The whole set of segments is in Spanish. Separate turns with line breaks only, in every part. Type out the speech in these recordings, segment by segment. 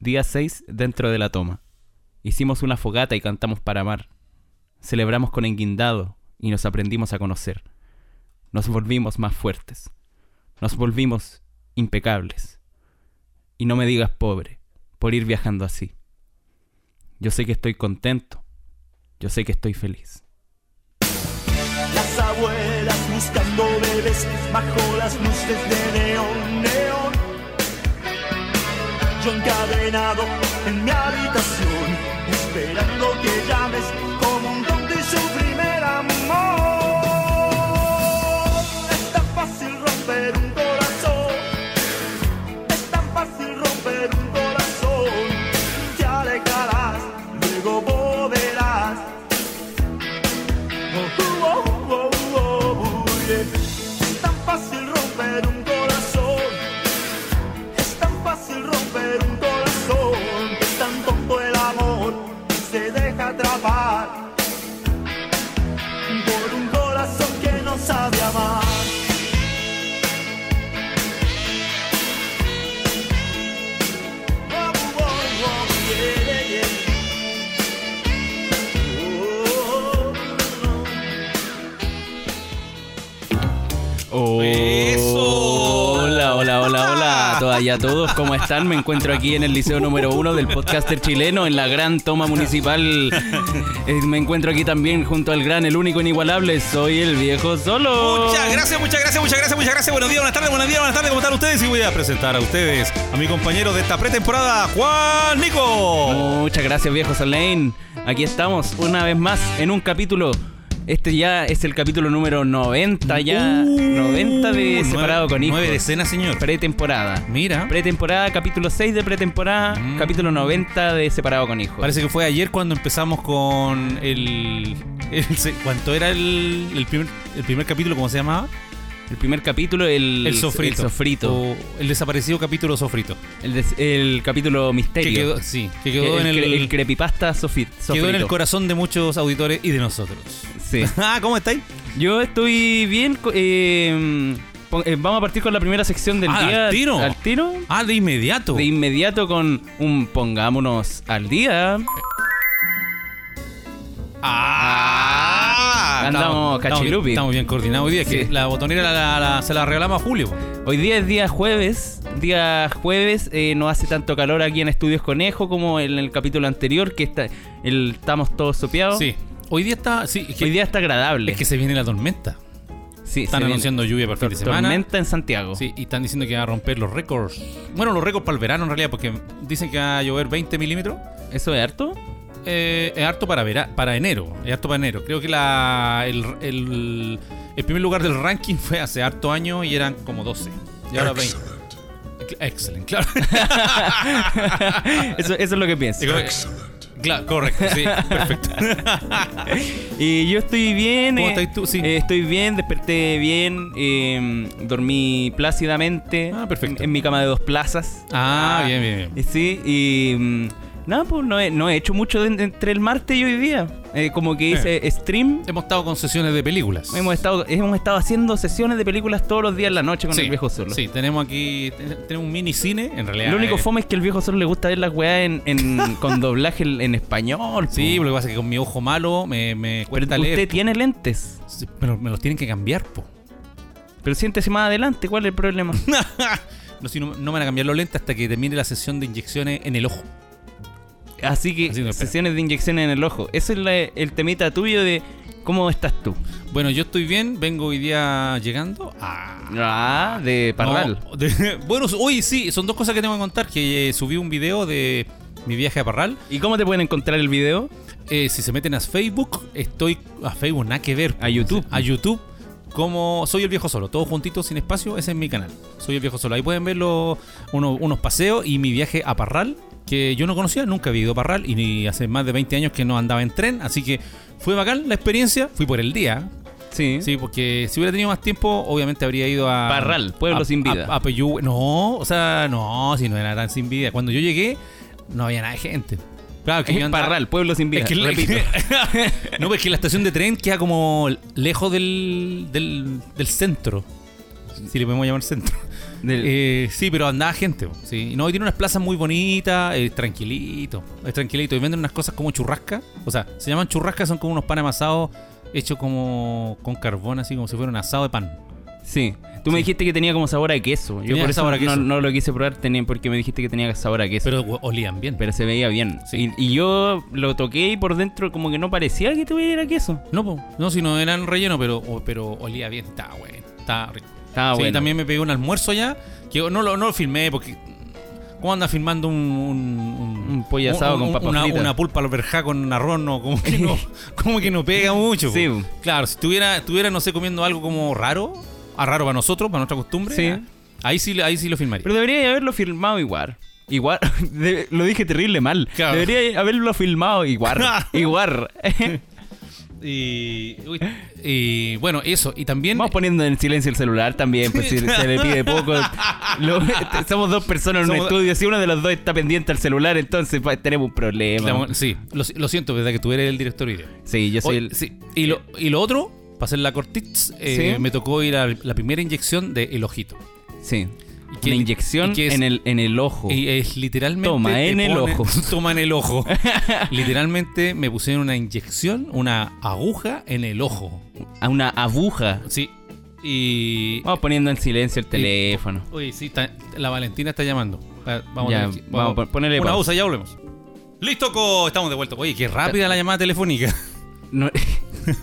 Día 6, dentro de la toma. Hicimos una fogata y cantamos para amar. Celebramos con enguindado y nos aprendimos a conocer. Nos volvimos más fuertes. Nos volvimos impecables. Y no me digas pobre por ir viajando así. Yo sé que estoy contento. Yo sé que estoy feliz.
Las abuelas buscando bebés bajo las luces de neón, neón. Yo encadenado en mi habitación, esperando que llames como un don de su primer amor. Es tan fácil romper un corazón, es tan fácil romper un corazón. Te alejarás, luego volverás. Oh, oh, oh, oh, yeah. Es tan fácil romper un corazón. Es tan fácil romper un corazón. Es tan tonto el amor que se deja atrapar por un corazón que no sabe amar. Oh, oh, oh, yeah, yeah. Oh, oh, oh.
Oh,
Eso.
Hola, hola, hola, hola. Todavía todos, ¿cómo están? Me encuentro aquí en el Liceo número uno del podcaster chileno, en la gran toma municipal. Eh, Me encuentro aquí también junto al gran, el único inigualable. Soy el viejo solo.
Muchas gracias, muchas gracias, muchas gracias, muchas gracias. Buenos días, buenas tardes, buenos días, buenas tardes. ¿Cómo están ustedes? Y voy a presentar a ustedes a mi compañero de esta pretemporada, Juan Nico.
Muchas gracias, viejo Solane. Aquí estamos una vez más en un capítulo. Este ya es el capítulo número 90, ya.
Uh,
90 de
nueve-
Separado con Hijos.
Nueve decenas, señor.
Pretemporada.
Mira.
Pretemporada, capítulo 6 de pretemporada,
Mm.
capítulo 90 de Separado con Hijos.
Parece que fue ayer cuando empezamos con el. el se- ¿Cuánto era el, el primer, el primer capítulo? ¿Cómo se llamaba?
El primer capítulo, el,
El sofrito. Oh.
El, sofrito.
O el desaparecido capítulo sofrito.
El, des- el capítulo
Que
misterio.
quedó, sí, que quedó
el,
en el,
cre- el creepypasta sofi- sofrito.
quedó en el corazón de muchos auditores y de nosotros.
Sí.
Ah, ¿cómo estáis?
Yo estoy bien. co- eh, pon- eh, vamos a partir con la primera sección del
Ah,
día.
al tiro.
Al tiro.
Ah, de inmediato.
De inmediato con un pongámonos al día.
Ah,
Andamos cachilupi.
bien, estamos bien coordinados hoy día. Que
Sí.
la botonera la- la- la- se la regalamos a Julio.
Hoy día es día jueves. Día jueves eh, no hace tanto calor aquí en Estudios Conejo como en el capítulo anterior que está, el, estamos todos sopeados.
Sí. Hoy día está. Sí, es que,
Hoy día está agradable.
es que se viene la tormenta.
Sí,
Están
se viene.
anunciando lluvia para el fin de semana.
Tormenta en Santiago.
Sí, y están diciendo que va a romper los récords. Bueno, los récords para el verano en realidad, porque dicen que va a llover 20 milímetros.
¿Eso es harto?
Eh, es harto para, vera- para enero. Es harto para enero. Creo que la, el, el- el primer lugar del ranking fue hace harto año y eran como 12. Y ahora 20. Excelente, claro.
Eso, eso es lo que pienso.
Claro, correcto, sí, perfecto.
Y yo estoy bien.
¿Cómo
eh,
estás tú? Sí.
eh, estoy bien, desperté bien, eh, dormí plácidamente.
Ah, perfecto.
En, en mi cama de dos plazas.
Ah, bien, bien, bien.
Y sí, y. mm, Nada, pues no he, no he hecho mucho de- entre el martes y hoy día. Eh, como que hice stream.
Hemos estado con sesiones de películas.
Hemos estado, hemos estado haciendo sesiones de películas todos los días en la noche con
sí,
el viejo solo.
Sí, tenemos aquí ten- tenemos un mini cine, en realidad.
Lo único
eh,
fome es que el viejo solo le gusta ver las weas en, en- con doblaje en, en español.
Sí,
po.
pero lo que pasa es que con mi ojo malo me, me
Pero
cuesta
usted
leer.
tiene lentes.
Sí, pero me los tienen que cambiar, po.
Pero siéntese más adelante, ¿cuál es el problema?
No, si no, no me van a cambiar los lentes hasta que termine la sesión de inyecciones en el ojo.
Así que
Así que espera.
sesiones de inyecciones en el ojo. Ese es la- el temita tuyo de cómo estás tú.
Bueno, yo estoy bien, vengo hoy día llegando a...
Ah, de Parral.
No, de- bueno, hoy sí, son dos cosas que tengo que contar, que eh, subí un video de mi viaje a Parral.
¿Y cómo te pueden encontrar el video?
Eh, si se meten a Facebook, estoy a Facebook, nada que ver.
A YouTube.
A YouTube, como Soy el Viejo Solo, todo juntito, sin espacio, ese es mi canal. Soy el Viejo Solo. Ahí pueden ver los- uno- unos paseos y mi viaje a Parral, que yo no conocía, nunca había ido a Parral y ni hace más de 20 años que no andaba en tren, así que fue bacán la experiencia, fui por el día.
Sí.
Sí, porque si hubiera tenido más tiempo, obviamente habría ido a.
Parral, pueblo
a-
sin vida.
A, a Peyú. No, o sea, no, si no era tan sin vida. Cuando yo llegué, no había nada de gente. Claro, que
Es
yo andaba-
Parral, pueblo sin vida.
es que, eh,
repito.
no, pues, pero es que la estación de tren queda como lejos del, del, del centro. si le podemos llamar centro.
Del-
Eh, sí, pero andaba gente. po, Sí. No, y tiene unas plazas muy bonitas, eh, tranquilito, es tranquilito. Y venden unas cosas como churrasca. O sea, se llaman churrascas, son como unos panes amasados hechos como con carbón, así como si fuera un asado de pan.
Sí. Tú me dijiste que tenía como sabor a queso. Yo
Tenía
por eso
sabor a
no-
queso.
No, lo quise probar tenía- porque me dijiste que tenía sabor a queso. Pero,
Pero we- olían bien.
se veía bien.
Sí.
Y, y yo lo toqué y por dentro como que no parecía que tuviera queso.
No, po, no, si no eran relleno, pero, o- pero olía bien. Estaba bueno, estaba rico.
Estaba
sí,
Ah, bueno.
también me pegué un almuerzo ya, que no lo, no lo filmé porque... ¿Cómo anda filmando un... Un,
Un pollo asado con papas
una,
fritas?
una pulpa al verjá con arroz, no, como que no, como que no pega mucho.
Sí.
po. Claro, si estuviera, estuviera, no sé, comiendo algo como raro, ah, raro para nosotros, para nuestra costumbre,
Sí.
ah, ahí sí ahí sí lo filmaría.
Pero debería haberlo filmado igual. Igual, de- lo dije terrible mal.
Claro.
Debería haberlo filmado igual. igual.
Y, uy, y bueno, eso. Y también...
Vamos poniendo en silencio el celular también, pues si se le pide poco. Lo- somos dos personas en un
Somos-
estudio. Si uno de los dos está pendiente al celular, entonces pues, tenemos un problema.
la- sí, lo, lo siento, ¿verdad? Que tú eres el director video.
Sí, yo soy
Oye,
el. eh,
sí. Y, lo, y lo otro, para hacer la cortitz, eh,
Sí.
me tocó ir a la primera inyección del ojito.
Sí.
que-
Una inyección
y que es-
en, el, en el ojo.
Y es literalmente.
Toma
te
en el ojo.
Toma en el ojo. literalmente me pusieron una inyección, una aguja en el ojo.
A una aguja.
Sí. Y.
Vamos poniendo en silencio el teléfono.
Oye, sí, está- la Valentina está llamando. Va- Vamos,
Ya,
a tener que-
vamos a pon- ponerle
Una
pausa.
pausa, ya volvemos. Listo, co, estamos de vuelta. Oye, qué rápida la llamada telefónica.
No,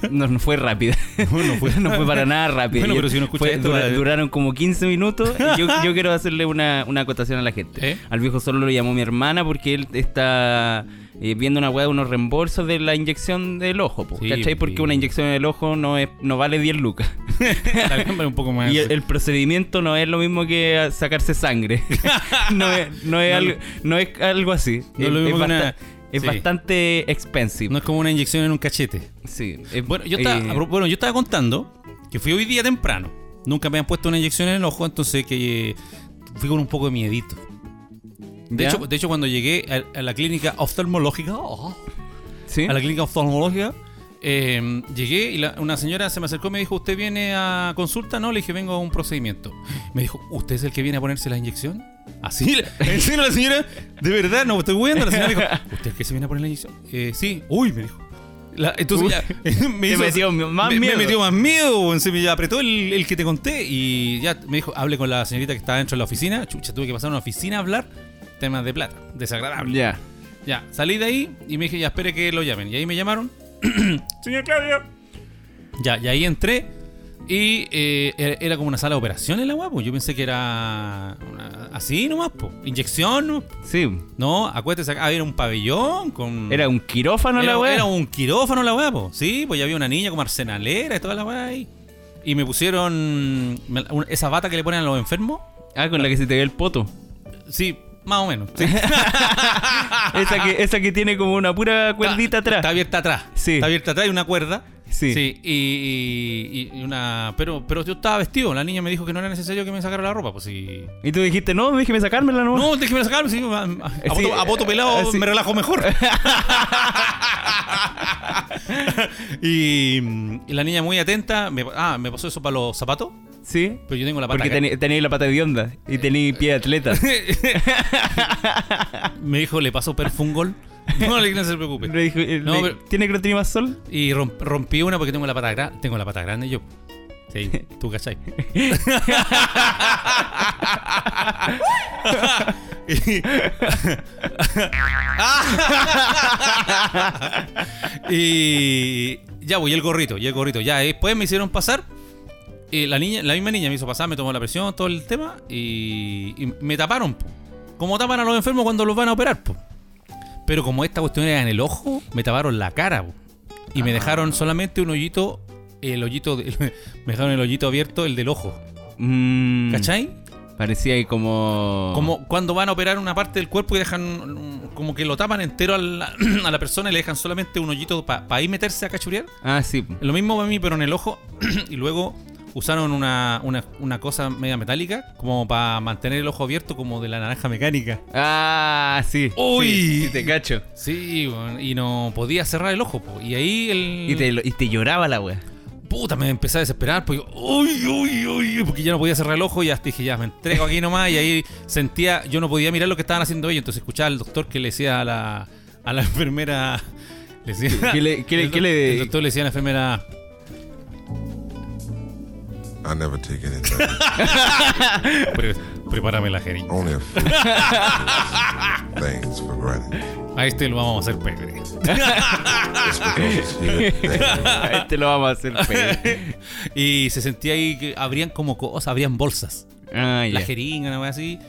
no, no fue rápida.
no fue.
no fue para nada rápida.
Bueno,
Yo-
pero si uno escucha
fue-
esto, eh,
dura-
la-
Duraron como 15 minutos. Y Yo, yo quiero hacerle una, una acotación a la gente.
¿Eh?
Al viejo solo lo llamó mi hermana porque él está eh, viendo una weá de unos reembolsos de la inyección del ojo. po,
Sí,
¿Cachai? Porque
sí.
una inyección del ojo no, es, no vale 10 lucas.
La cámara un poco más.
Y el, el procedimiento no es lo mismo que sacarse sangre. no, es, no, es
No
algo, no es algo así.
No
es
lo
es
mismo que una-
basta- es
sí.
bastante expensive.
No es como una inyección en un cachete.
Sí, es-
Bueno, yo estaba,
eh,
a pro- bueno, yo estaba contando que fui hoy día temprano. Nunca me han puesto una inyección en el ojo, entonces que eh, fui con un poco de miedito. De
¿ya?
hecho, de hecho, cuando llegué a, a la clínica oftalmológica, oh,
¿Sí?
a la clínica oftalmológica, eh, llegué y la- una señora se me acercó y me dijo, ¿usted viene a consulta? No, le dije, vengo a un procedimiento. Me dijo, ¿usted es el que viene a ponerse la inyección? Así, en serio, la señora, de verdad, no estoy huyendo. La señora dijo, ¿usted es el que se viene a poner la inyección? "Eh, sí, uy, me dijo. La- entonces
Uy.
ya, me,
Te
hizo-
metió más
me- me
miedo.
metió más miedo, weón, se me apretó el, el que te conté y ya me dijo, hable con la señorita que estaba dentro de la oficina. Chucha, tuve que pasar a una oficina a hablar temas de plata, desagradable.
Ya.
Ya, salí de ahí y me dije, ya espere que lo llamen. Y ahí me llamaron. Señor Claudio. Ya, y ahí entré. Y eh, era, era como una sala de operaciones la guapo. Yo pensé que era una- así nomás, po. Inyección. nomás, po.
Sí.
No, acuérdese acá. Había un pabellón con.
Era un quirófano
Mm. era-
la weá.
era un quirófano la weá, po. Sí, pues ya había una niña como arsenalera y toda la weá ahí. Y me pusieron me la- un- esa bata que le ponen a los enfermos.
Ah, con la que se te ve el poto.
Sí, más o menos. Sí.
esa, que, esa que tiene como una pura cuerdita
Ah. Está-
atrás.
Ah, Está abierta atrás.
Sí.
Está abierta atrás y una cuerda.
Sí.
y, y- y una. Pero, pero yo estaba vestido. La niña me dijo que no era necesario que me sacara la ropa. Pues sí.
Y tú dijiste, no, déjeme sacármela nomás.
No, déjeme sacarme. Sí, a, a- a
Sí,
poto- a poto pelado
eh, sí.
me relajo mejor. y, mm, y la niña muy atenta. Me, ah, me pasó eso para los zapatos.
Sí.
Pero yo tengo la pata.
Porque
acá. Eh,
tení- tenéis la pata de onda y tenéis pie de atleta.
Me dijo, le pasó perfungol. No, le- no se preocupe.
Le dijo, eh,
No,
le-
pero-
¿Tiene sol?
Y romp- rompí una porque tengo la pata grande. Tengo la pata grande yo. Sí, tú cachai. y ya voy el gorrito, y el gorrito. Ya eh, después me hicieron pasar. eh, la niña, la misma niña me hizo pasar, me tomó la presión, todo el tema y, y me taparon. po. Como tapan a los enfermos cuando los van a operar, po. Pero como esta cuestión era en el ojo, me taparon la cara, po. Y me dejaron solamente un hoyito, el hoyito, del- me dejaron el hoyito abierto, el del ojo.
Mm, Oh.
¿Cachai?
Parecía ahí como...
Como cuando van a operar una parte del cuerpo y dejan, mm, como que lo tapan entero a la, a la persona y le dejan solamente un hoyito para ahí meterse a cachurear.
Ah, sí.
Lo mismo para mí, pero en el ojo. y luego usaron una, una, una cosa media metálica, como para mantener el ojo abierto, como de la naranja mecánica.
Ah, sí.
Uy.
Sí, sí, te cacho.
Sí, weón, y no podía cerrar el ojo. po. Y ahí el.
Y te, lo- y te lloraba la wea.
puta, me empecé a desesperar, porque, uy, uy, uy, porque ya no podía cerrar el ojo y hasta dije, ya, me entrego aquí nomás, y ahí sentía, yo no podía mirar lo que estaban haciendo ellos, entonces escuchaba al doctor que le decía a la, a la enfermera, le decía,
¿Qué le- qué le-
el,
qué le-
el doctor le decía a la enfermera,
I never take anything.
"Pre- prepárame la jeringa,
Only a few things for granted.
a este lo vamos a hacer pebre.
Just because it's here,
Este lo vamos a hacer peor.
y se sentía ahí que abrían como cosas, abrían bolsas.
Ah,
la
ya.
jeringa, una wea así.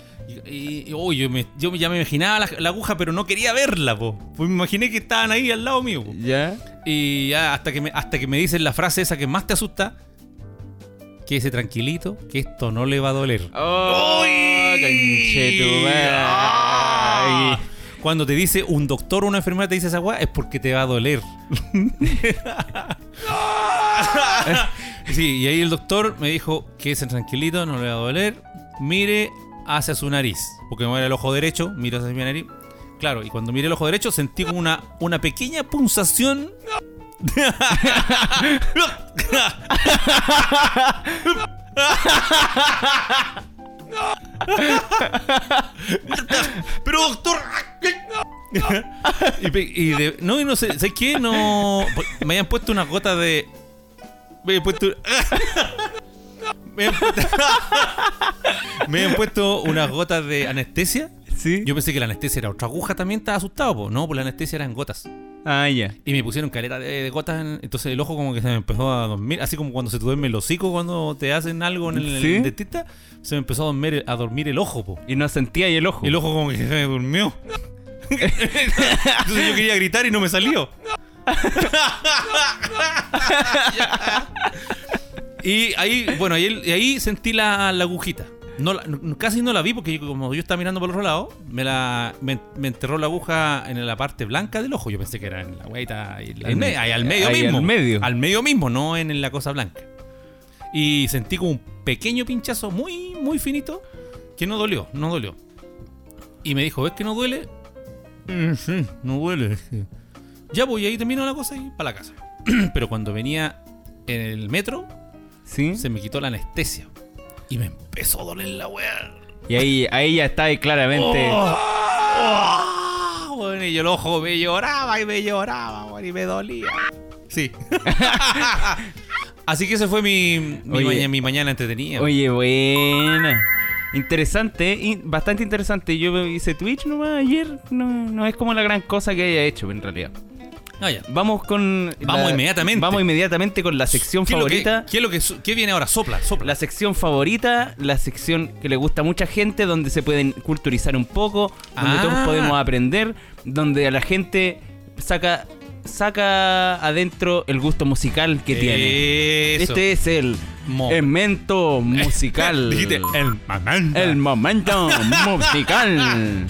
Y, y- y, oh, yo, me, yo ya me imaginaba la, la aguja, pero no quería verla, po. Pues me imaginé que estaban ahí al lado mío, po.
¿Ya?
Y ya hasta que, me, hasta que me dicen la frase esa que más te asusta, quédese tranquilito, que esto no le va a doler.
¡Oh!
Ah.
¡Conchetumare!
Cuando te dice un doctor o una enfermera te dice esa weá, es porque te va a doler. sí, y ahí el doctor me dijo, quédese tranquilito, no le va a doler. Mire hacia su nariz. Porque me era el ojo derecho, miro hacia mi nariz. Claro, y cuando miré el ojo derecho sentí como una, una pequeña punzación. Pero doctor. ah, y, pe- y de- no, y no sé, ¿sabes qué? No. Me habían puesto una gota de. Me habían puesto. me, habían puesto me habían puesto unas gotas de anestesia.
¿Sí?
Yo pensé que la anestesia era otra aguja también, estaba asustado, po. No, pues la anestesia eran gotas.
Ah, ya.
Y me pusieron caleta de, de gotas, en- entonces el ojo como que se me empezó a dormir, así como cuando se te duerme el hocico cuando te hacen algo en el, en el
¿Sí?
dentista, se me empezó a dormir, a dormir el ojo, po.
Y no sentía ahí el ojo.
Y el ojo como que se me durmió. Entonces yo quería gritar y no me salió. y ahí, bueno, ahí, y ahí sentí la, la agujita. No la- no- casi no la vi porque yo, como yo estaba mirando por el otro lado, me, la, me, me enterró la aguja en la parte blanca del ojo. Yo pensé que era en la guaita, ahí, al,
En-
me- ahí al medio
ahí al
mismo.
medio.
Al medio mismo, no en la cosa blanca. Y sentí como un pequeño pinchazo muy, muy finito que no dolió, no dolió. Y me dijo, ¿ves que no duele? "Mm, Sí, no duele. Ya, pues y ahí terminó la cosa y para la casa. Pero cuando venía en el metro,
¿Sí?
se me quitó la anestesia. Y me empezó a doler la weá.
Y ahí, ahí ya está ahí claramente.
¡Oh! Bueno, y yo el ojo me lloraba y me lloraba, bueno, y me dolía. Sí. Así que ese fue mi, mi,
Oye.
maña- mi mañana entretenida.
Oye, buena. Interesante, in- bastante interesante. Yo hice Twitch nomás ayer. No, no es como la gran cosa que haya hecho en realidad.
Ah, ya.
Vamos con.
Vamos inmediatamente.
Vamos inmediatamente con la sección
¿Qué es lo que-
favorita.
¿Qué es lo que, su- qué viene ahora? Sopla, sopla.
La sección favorita, la sección que le gusta a mucha gente, donde se pueden culturizar un poco, donde
Ah.
todos podemos aprender, donde a la gente saca, saca adentro el gusto musical que tiene.
Eh, Eso.
Este es el
Mo-
momento musical.
Dijiste, el mamán.
El momento musical.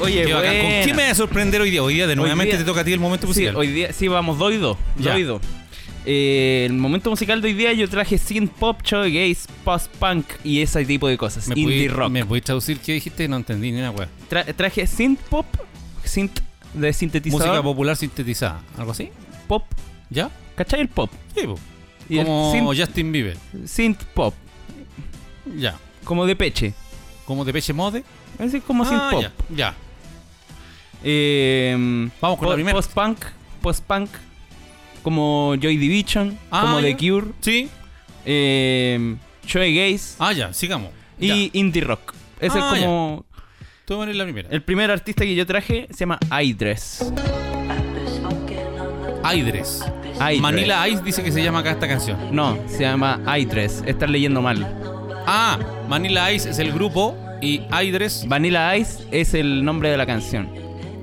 Oye,
Qué bacán. ¿Con
buena.
qué me va a sorprender hoy día? Hoy día de nuevamente
día-
te toca a ti el momento
Sí,
musical.
hoy día, sí, vamos, dos y dos.
Ya.
dos y dos. Eh, el momento musical de hoy día yo traje synth pop, show gays, post punk y ese tipo de cosas.
¿Me
indie
puedes-
rock.
¿Me puedes traducir qué dijiste? No entendí ni una weá.
Tra- traje synth pop, synth de sintetizador,
Música popular sintetizada. ¿Algo así?
pop,
¿Ya?
¿cachai? El pop.
Sí, po.
Y el
Como
synth,
Justin Bieber.
synth pop,
Ya.
como de peche.
Como de Peche Mode.
Así como synth
Ah,
pop.
ya. ya.
Eh,
Vamos con la primera.
Post punk, post punk, como Joy Division,
Ah,
como The
ya.
Cure,
Sí.
eh, shoegaze
Ah, ya. Sigamos.
y
Ya.
indie rock. Ese
Ah,
es como
Tú eres la primera.
el primer artista que yo traje se llama Idres.
Aidres.
Aidres.
Manila Ice dice que se llama acá esta canción.
No, se llama Idres. Estás leyendo mal.
Ah, Manila Ice es el grupo y Aidres.
Vanilla Ice es el nombre de la canción.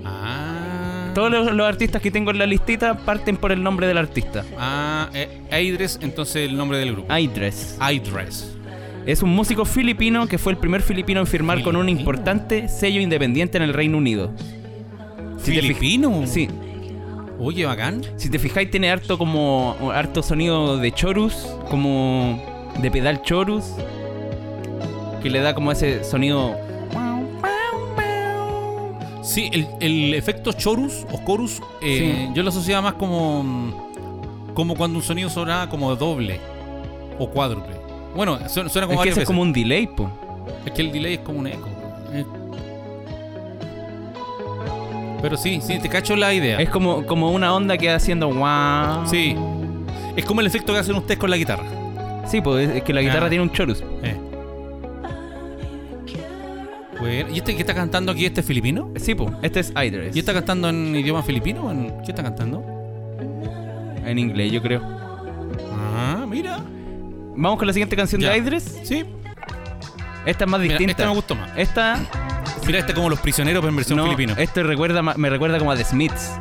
Ah.
Todos los, los artistas que tengo en la listita parten por el nombre del artista.
Ah, eh, Aidres, entonces el nombre del grupo.
Idres.
Aidres.
Es un músico filipino que fue el primer filipino en firmar con un
Filipino.
importante sello independiente en el Reino Unido. Si te fij-
¿Filipino?
Sí,
Oye, bacán.
si te fijáis tiene harto como harto sonido de chorus, como de pedal chorus, que le da como ese sonido
Sí, el, el efecto chorus o chorus, eh, yo lo asociaba más como, como cuando un sonido sonaba como doble o cuádruple. Bueno, suena, suena como
es que ese
varias
es
veces.
como un delay, po.
Es que el delay es como un eco. Eh. Pero sí, sí, te cacho la idea.
Es como, como una onda que va haciendo guau.
Sí. Es como el efecto que hacen ustedes con la guitarra.
Sí, pues es que la guitarra
Ah.
tiene un chorus.
Eh. Bueno, ¿y este que está cantando aquí? ¿Este es filipino?
Sí, pues, este es Idris.
¿Y está cantando en idioma filipino? o en- ¿Qué está cantando?
En inglés, yo creo.
Ah, mira.
Vamos con la siguiente canción
Ya.
de Idris.
Sí.
Esta es más
Mira,
distinta.
esta me gustó más.
Esta,
Mira, este como los prisioneros pero en versión
no,
filipino.
este recuerda, ma- me recuerda como a The Smiths.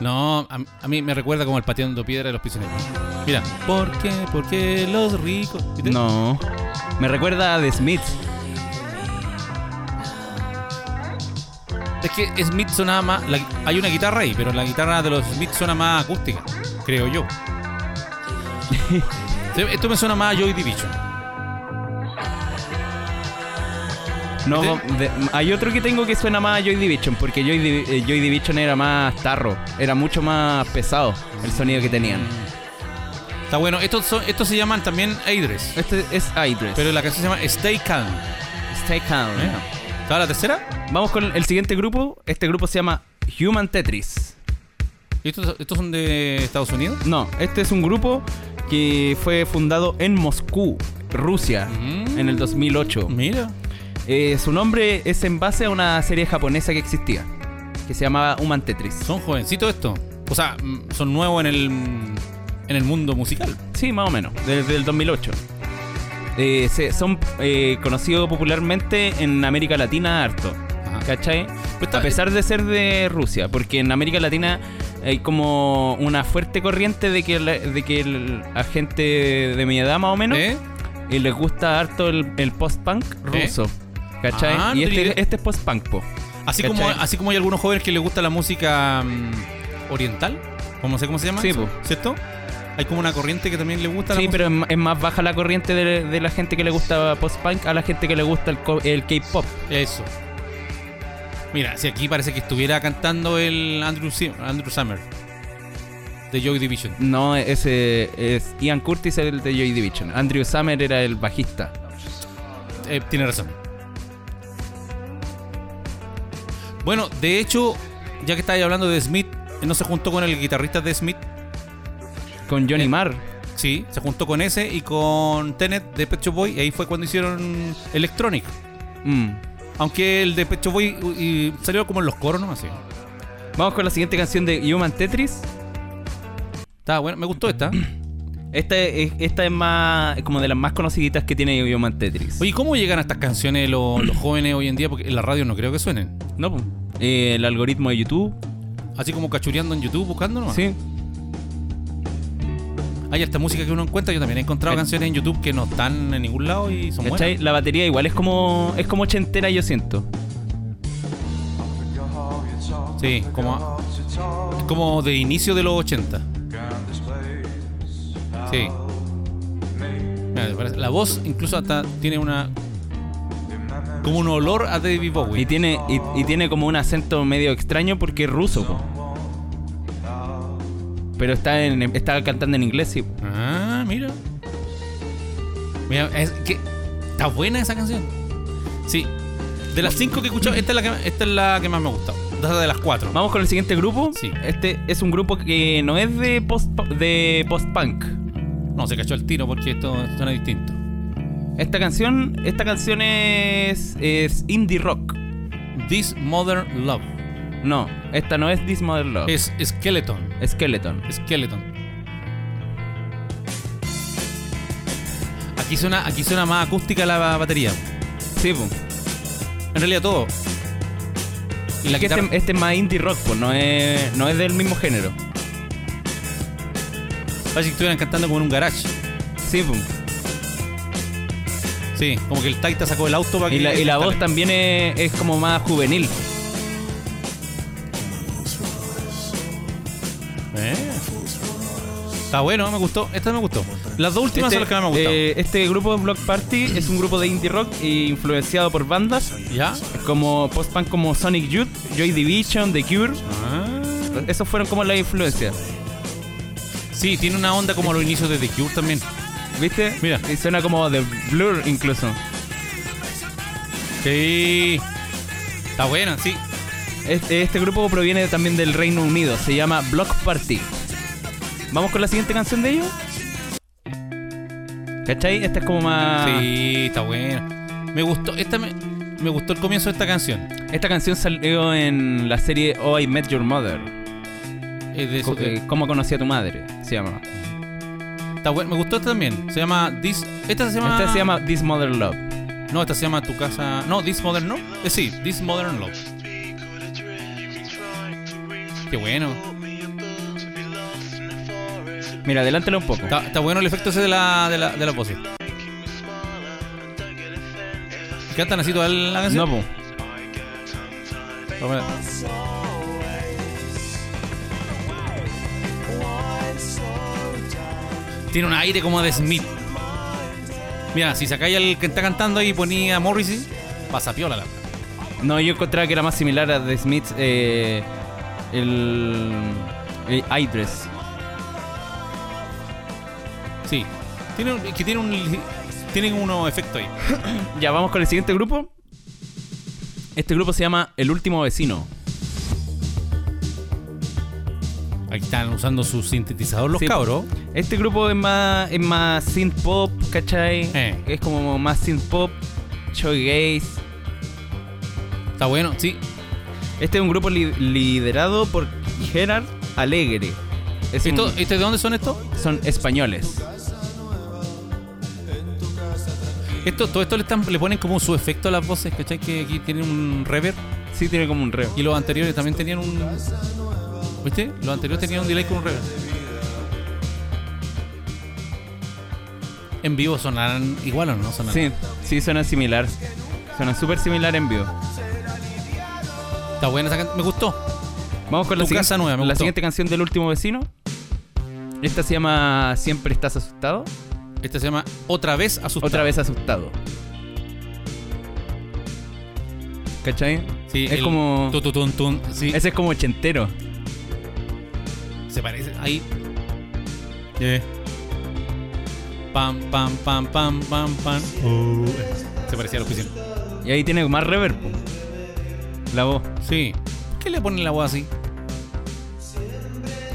No, a, a mí me recuerda como el pateando piedra de los prisioneros. Mira, ¿por qué? ¿Por qué los ricos? ¿Viste?
No. Me recuerda a The Smiths.
Es que Smith sonaba más. la- hay una guitarra ahí, pero la guitarra de los Smith suena más acústica, creo yo. Sí, Esto me suena más a Joy Division.
No,
¿Este?
de- hay otro que tengo que suena más a Joy Division, porque Joy, Divi- eh, Joy Division era más tarro, era mucho más pesado el sonido que tenían.
Mm. Está bueno, estos, son- estos se llaman también Aidres,
Este es Idris.
pero la canción se llama Stay Calm.
Stay calm.
¿eh? ¿Estaba la tercera?
Vamos con el siguiente grupo. Este grupo se llama Human Tetris.
¿Estos, estos son de Estados Unidos?
No, este es un grupo que fue fundado en Moscú, Rusia,
Mm.
en el 2008.
Mira.
Eh, su nombre es en base a una serie japonesa que existía, que se llamaba Human Tetris.
Son jovencitos estos. O sea, mm, son nuevos en el, mm, en el mundo musical.
Sí, más o menos, desde el 2008. Eh, se- son eh, conocidos popularmente en América Latina harto,
Ajá.
¿cachai?
Pues está-
A pesar de ser de Rusia, porque en América Latina hay como una fuerte corriente de que, la- de que el- la gente de mi edad más o menos
¿Eh?
y les gusta harto el, el post-punk
¿Eh?
ruso, ¿cachai?
Ah, no
y
tenía idea.
este, este es post-punk, po.
Así, como,
¿Cachai?
así como hay algunos jóvenes que les gusta la música mm, oriental, o no sé cómo se llama.
Sí,
eso,
po.
¿Cierto? Hay como una corriente que también le gusta
Sí,
la
pero es, ma- es más baja la corriente de, de la gente que le gusta post-punk a la gente que le gusta el, co- el K-pop.
música. Eso. Mira, si aquí parece que estuviera cantando el Andrew, Sim- Andrew Summer de Joy Division.
No, ese es Ian Curtis el de Joy Division. Andrew Summer era el bajista.
Eh, tiene razón. Bueno, de hecho, ya que estáis hablando de Smith, eh, no se juntó con el guitarrista de Smith.
Con Johnny
Eh.
Marr.
Sí, se juntó con ese y con Tenet de Pecho Boy. Y ahí fue cuando hicieron Electronic.
Mm.
Aunque el de Pecho Boy u- y salió como en los coros, ¿no? Así.
Vamos con la siguiente canción de Human Tetris.
Está bueno, me gustó esta.
Esta es, esta es más como de las más conociditas que tiene Human Tetris.
Oye, ¿cómo llegan a estas canciones los, los jóvenes hoy en día? Porque en la radio no creo que suenen.
no, po. Eh, el algoritmo de YouTube.
Así como cachureando en YouTube, buscando nomás.
Sí.
Hay esta música que uno encuentra. Yo también he encontrado
Eh.
canciones en YouTube que no están en ningún lado y son
¿Cachai?
buenas.
La batería igual es como es como ochentera, yo siento.
Sí, como, como de inicio de los 80. Sí. Mira, me parece- La voz incluso hasta tiene una... Como un olor a David Bowie.
Y tiene, y, y tiene como un acento medio extraño porque es ruso, po. Pero está en, está cantando en inglés, sí.
Ah, mira. Mira, es que está buena esa canción. Sí. De las cinco que he escuchado, esta es la que, esta es la que más me ha gustado. De esas De las cuatro.
Vamos con el siguiente grupo.
Sí.
Este es un grupo que no es de post de post punk.
No, se cachó el tiro porque esto suena distinto.
Esta canción, esta canción es es indie rock.
This Mother Love.
No, esta no es This Mother Love.
Es Skeleton.
Skeleton.
Skeleton. Aquí suena, aquí suena más acústica la ba- batería.
Sí, po.
En realidad todo. Y la
Que
guitarra-
este, este es más indie rock, pues no es no es del mismo género.
parece que estuvieran cantando como en un garage.
Sí, po.
Sí, como que el Taita sacó el auto para
Y
que...
la, y la voz también es, es como más juvenil.
Eh. Está bueno, me gustó. Esta me gustó. Las dos últimas son las que más me han gustado.
eh, este grupo Block Party es un grupo de indie rock e influenciado por bandas
¿Ya?
como post-punk como Sonic Youth, Joy Division, The Cure.
Ah.
Esos fueron como las influencias.
Sí, tiene una onda como los inicios de The Cure también.
¿Viste?
Mira.
Y suena como The Blur incluso.
Sí. Está buena, sí.
Este, este grupo proviene también del Reino Unido. Se llama Block Party. ¿Vamos con la siguiente canción de ellos? ¿Cachai? Esta es como más...
Sí, está buena. Me gustó, esta me, me gustó el comienzo de esta canción.
Esta canción salió en la serie Oh, I Met Your Mother.
Es de eso
Co-
que-
eh, ¿Cómo conocí a tu madre? Se llama.
está buena. Me gustó esta también. Se llama This. Esta se llama.
Esta Este se llama This Mother Love.
No, esta se llama Tu casa. No, This Modern Love. Eh, sí, This Modern Love. Qué bueno.
Mira, adelántala un poco.
Está, está bueno el efecto ese de la, de la, de la voces. ¿Cantan así toda la
No,
canción?
po.
Vamos a ver. Tiene un aire como de Smith. Mira, si sacáis al que está cantando ahí y ponía a Morrissey, pasa piola la.
no, yo encontraba que era más similar a The Smiths. eh, el. el Idris.
Sí. Tiene, un- que tiene un. Tienen unos efectos ahí.
Ya, vamos con el siguiente grupo. Este grupo se llama El último vecino.
Ahí están usando su sintetizador los
Sí, po.
cabros.
Este grupo es más, es más synth pop, ¿cachai?
Eh.
Es como más synth pop, shoegaze.
Está bueno, sí.
Este es un grupo li- liderado por Gerard Alegre. Es
¿Esto,
un-
este, ¿De dónde son estos?
son españoles.
Esto, todo esto le, están, le ponen como su efecto a las voces, ¿cachai? Que aquí tienen un reverb.
Sí, tiene como un reo.
Y los anteriores también tenían un. ¿Viste? Los anteriores tenían un delay con un reverb. En vivo sonarán igual o no sonarán.
Sí, sí, suena similar. Suena súper similar en vivo.
Está buena esa can- Me gustó.
Vamos con la,
Tu
siguiente,
casa nueva, me
la
gustó.
siguiente canción del último vecino. Esta se llama Siempre estás asustado.
Esta Este se llama Otra vez asustado.
Otra vez asustado. ¿Cachai?
Sí,
es
el
como.
tu, tu, tun, tun. Sí,
Ese es como ochentero.
se parece. Ahí. Yeah. Pam, pam, pam, pam, pam, pam. Oh, eh. Se parecía a los piscinos.
Y ahí tiene más reverb. po. La voz.
Sí. ¿Por qué le ponen la voz así?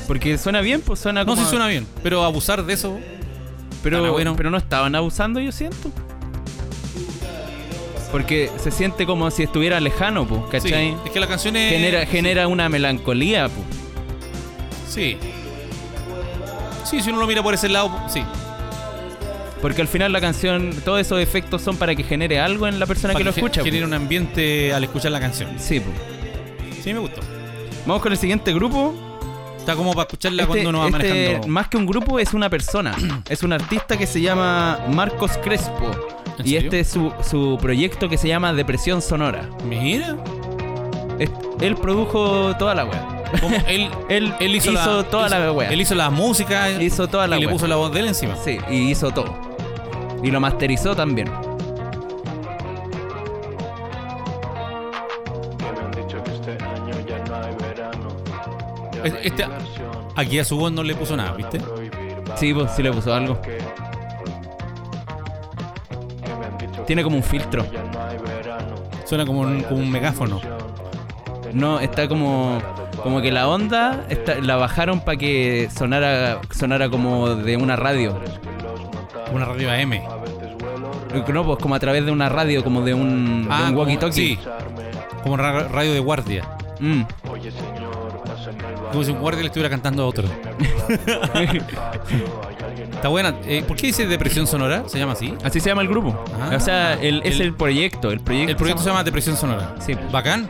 Porque suena bien, pues suena
No
como.
sé si suena bien, pero abusar de eso.
Pero,
Tan bueno.
pero no estaban abusando, yo siento. Porque se siente como si estuviera lejano, pues,
Sí,
¿cachai?
es que la canción es.
genera genera una melancolía, pues.
Sí. Sí, si uno lo mira por ese lado, sí.
Porque al final la canción, todos esos efectos son para que genere algo en la persona que lo
ge-
escucha. po.
Genera un ambiente al escuchar la canción.
Sí, po.
Sí, me gustó.
Vamos con el siguiente grupo.
Está como para escucharla
Este-
cuando uno va
este,
manejando.
Más que un grupo, es una persona. es un artista que se llama Marcos Crespo.
¿En
Y
serio?
este es su, su proyecto que se llama Depresión Sonora.
Mira.
Es- él produjo toda la wea.
Como él,
Él, hizo toda la wea.
Él hizo la música.
Hizo toda la
Y
wea.
le puso la voz de él encima.
Sí, y hizo todo. Y lo masterizó también.
Que me han dicho que este año ya no hay verano. Ya
Es-
no hay
este-
diversión,
Aquí a su voz no le puso nada, ¿viste?
van a prohibir
Sí, pues sí le puso algo.
baraque. Que me han dicho
Tiene
que
como un
este
filtro.
año ya no hay verano.
Suena como un, como un megáfono.
No, está como. Como que la onda está- la bajaron para que sonara, sonara como de una radio.
Una radio AM.
Ah, No, pues como a través de una radio, como de un, de
Ah,
un
como-
walkie-talkie.
sí. Como ra- radio de guardia.
Mm.
Oye, señor, pasa en el
Como si un guardia le estuviera cantando a otro.
barrio, hay alguien
Está buena. Eh, ¿Por qué dice depresión sonora? ¿Se llama así?
Así se llama el grupo.
Ah.
o sea, el- es
El-
el proyecto. El proyecto,
El proyecto se llama Depresión Sonora.
Sí.
Bacán.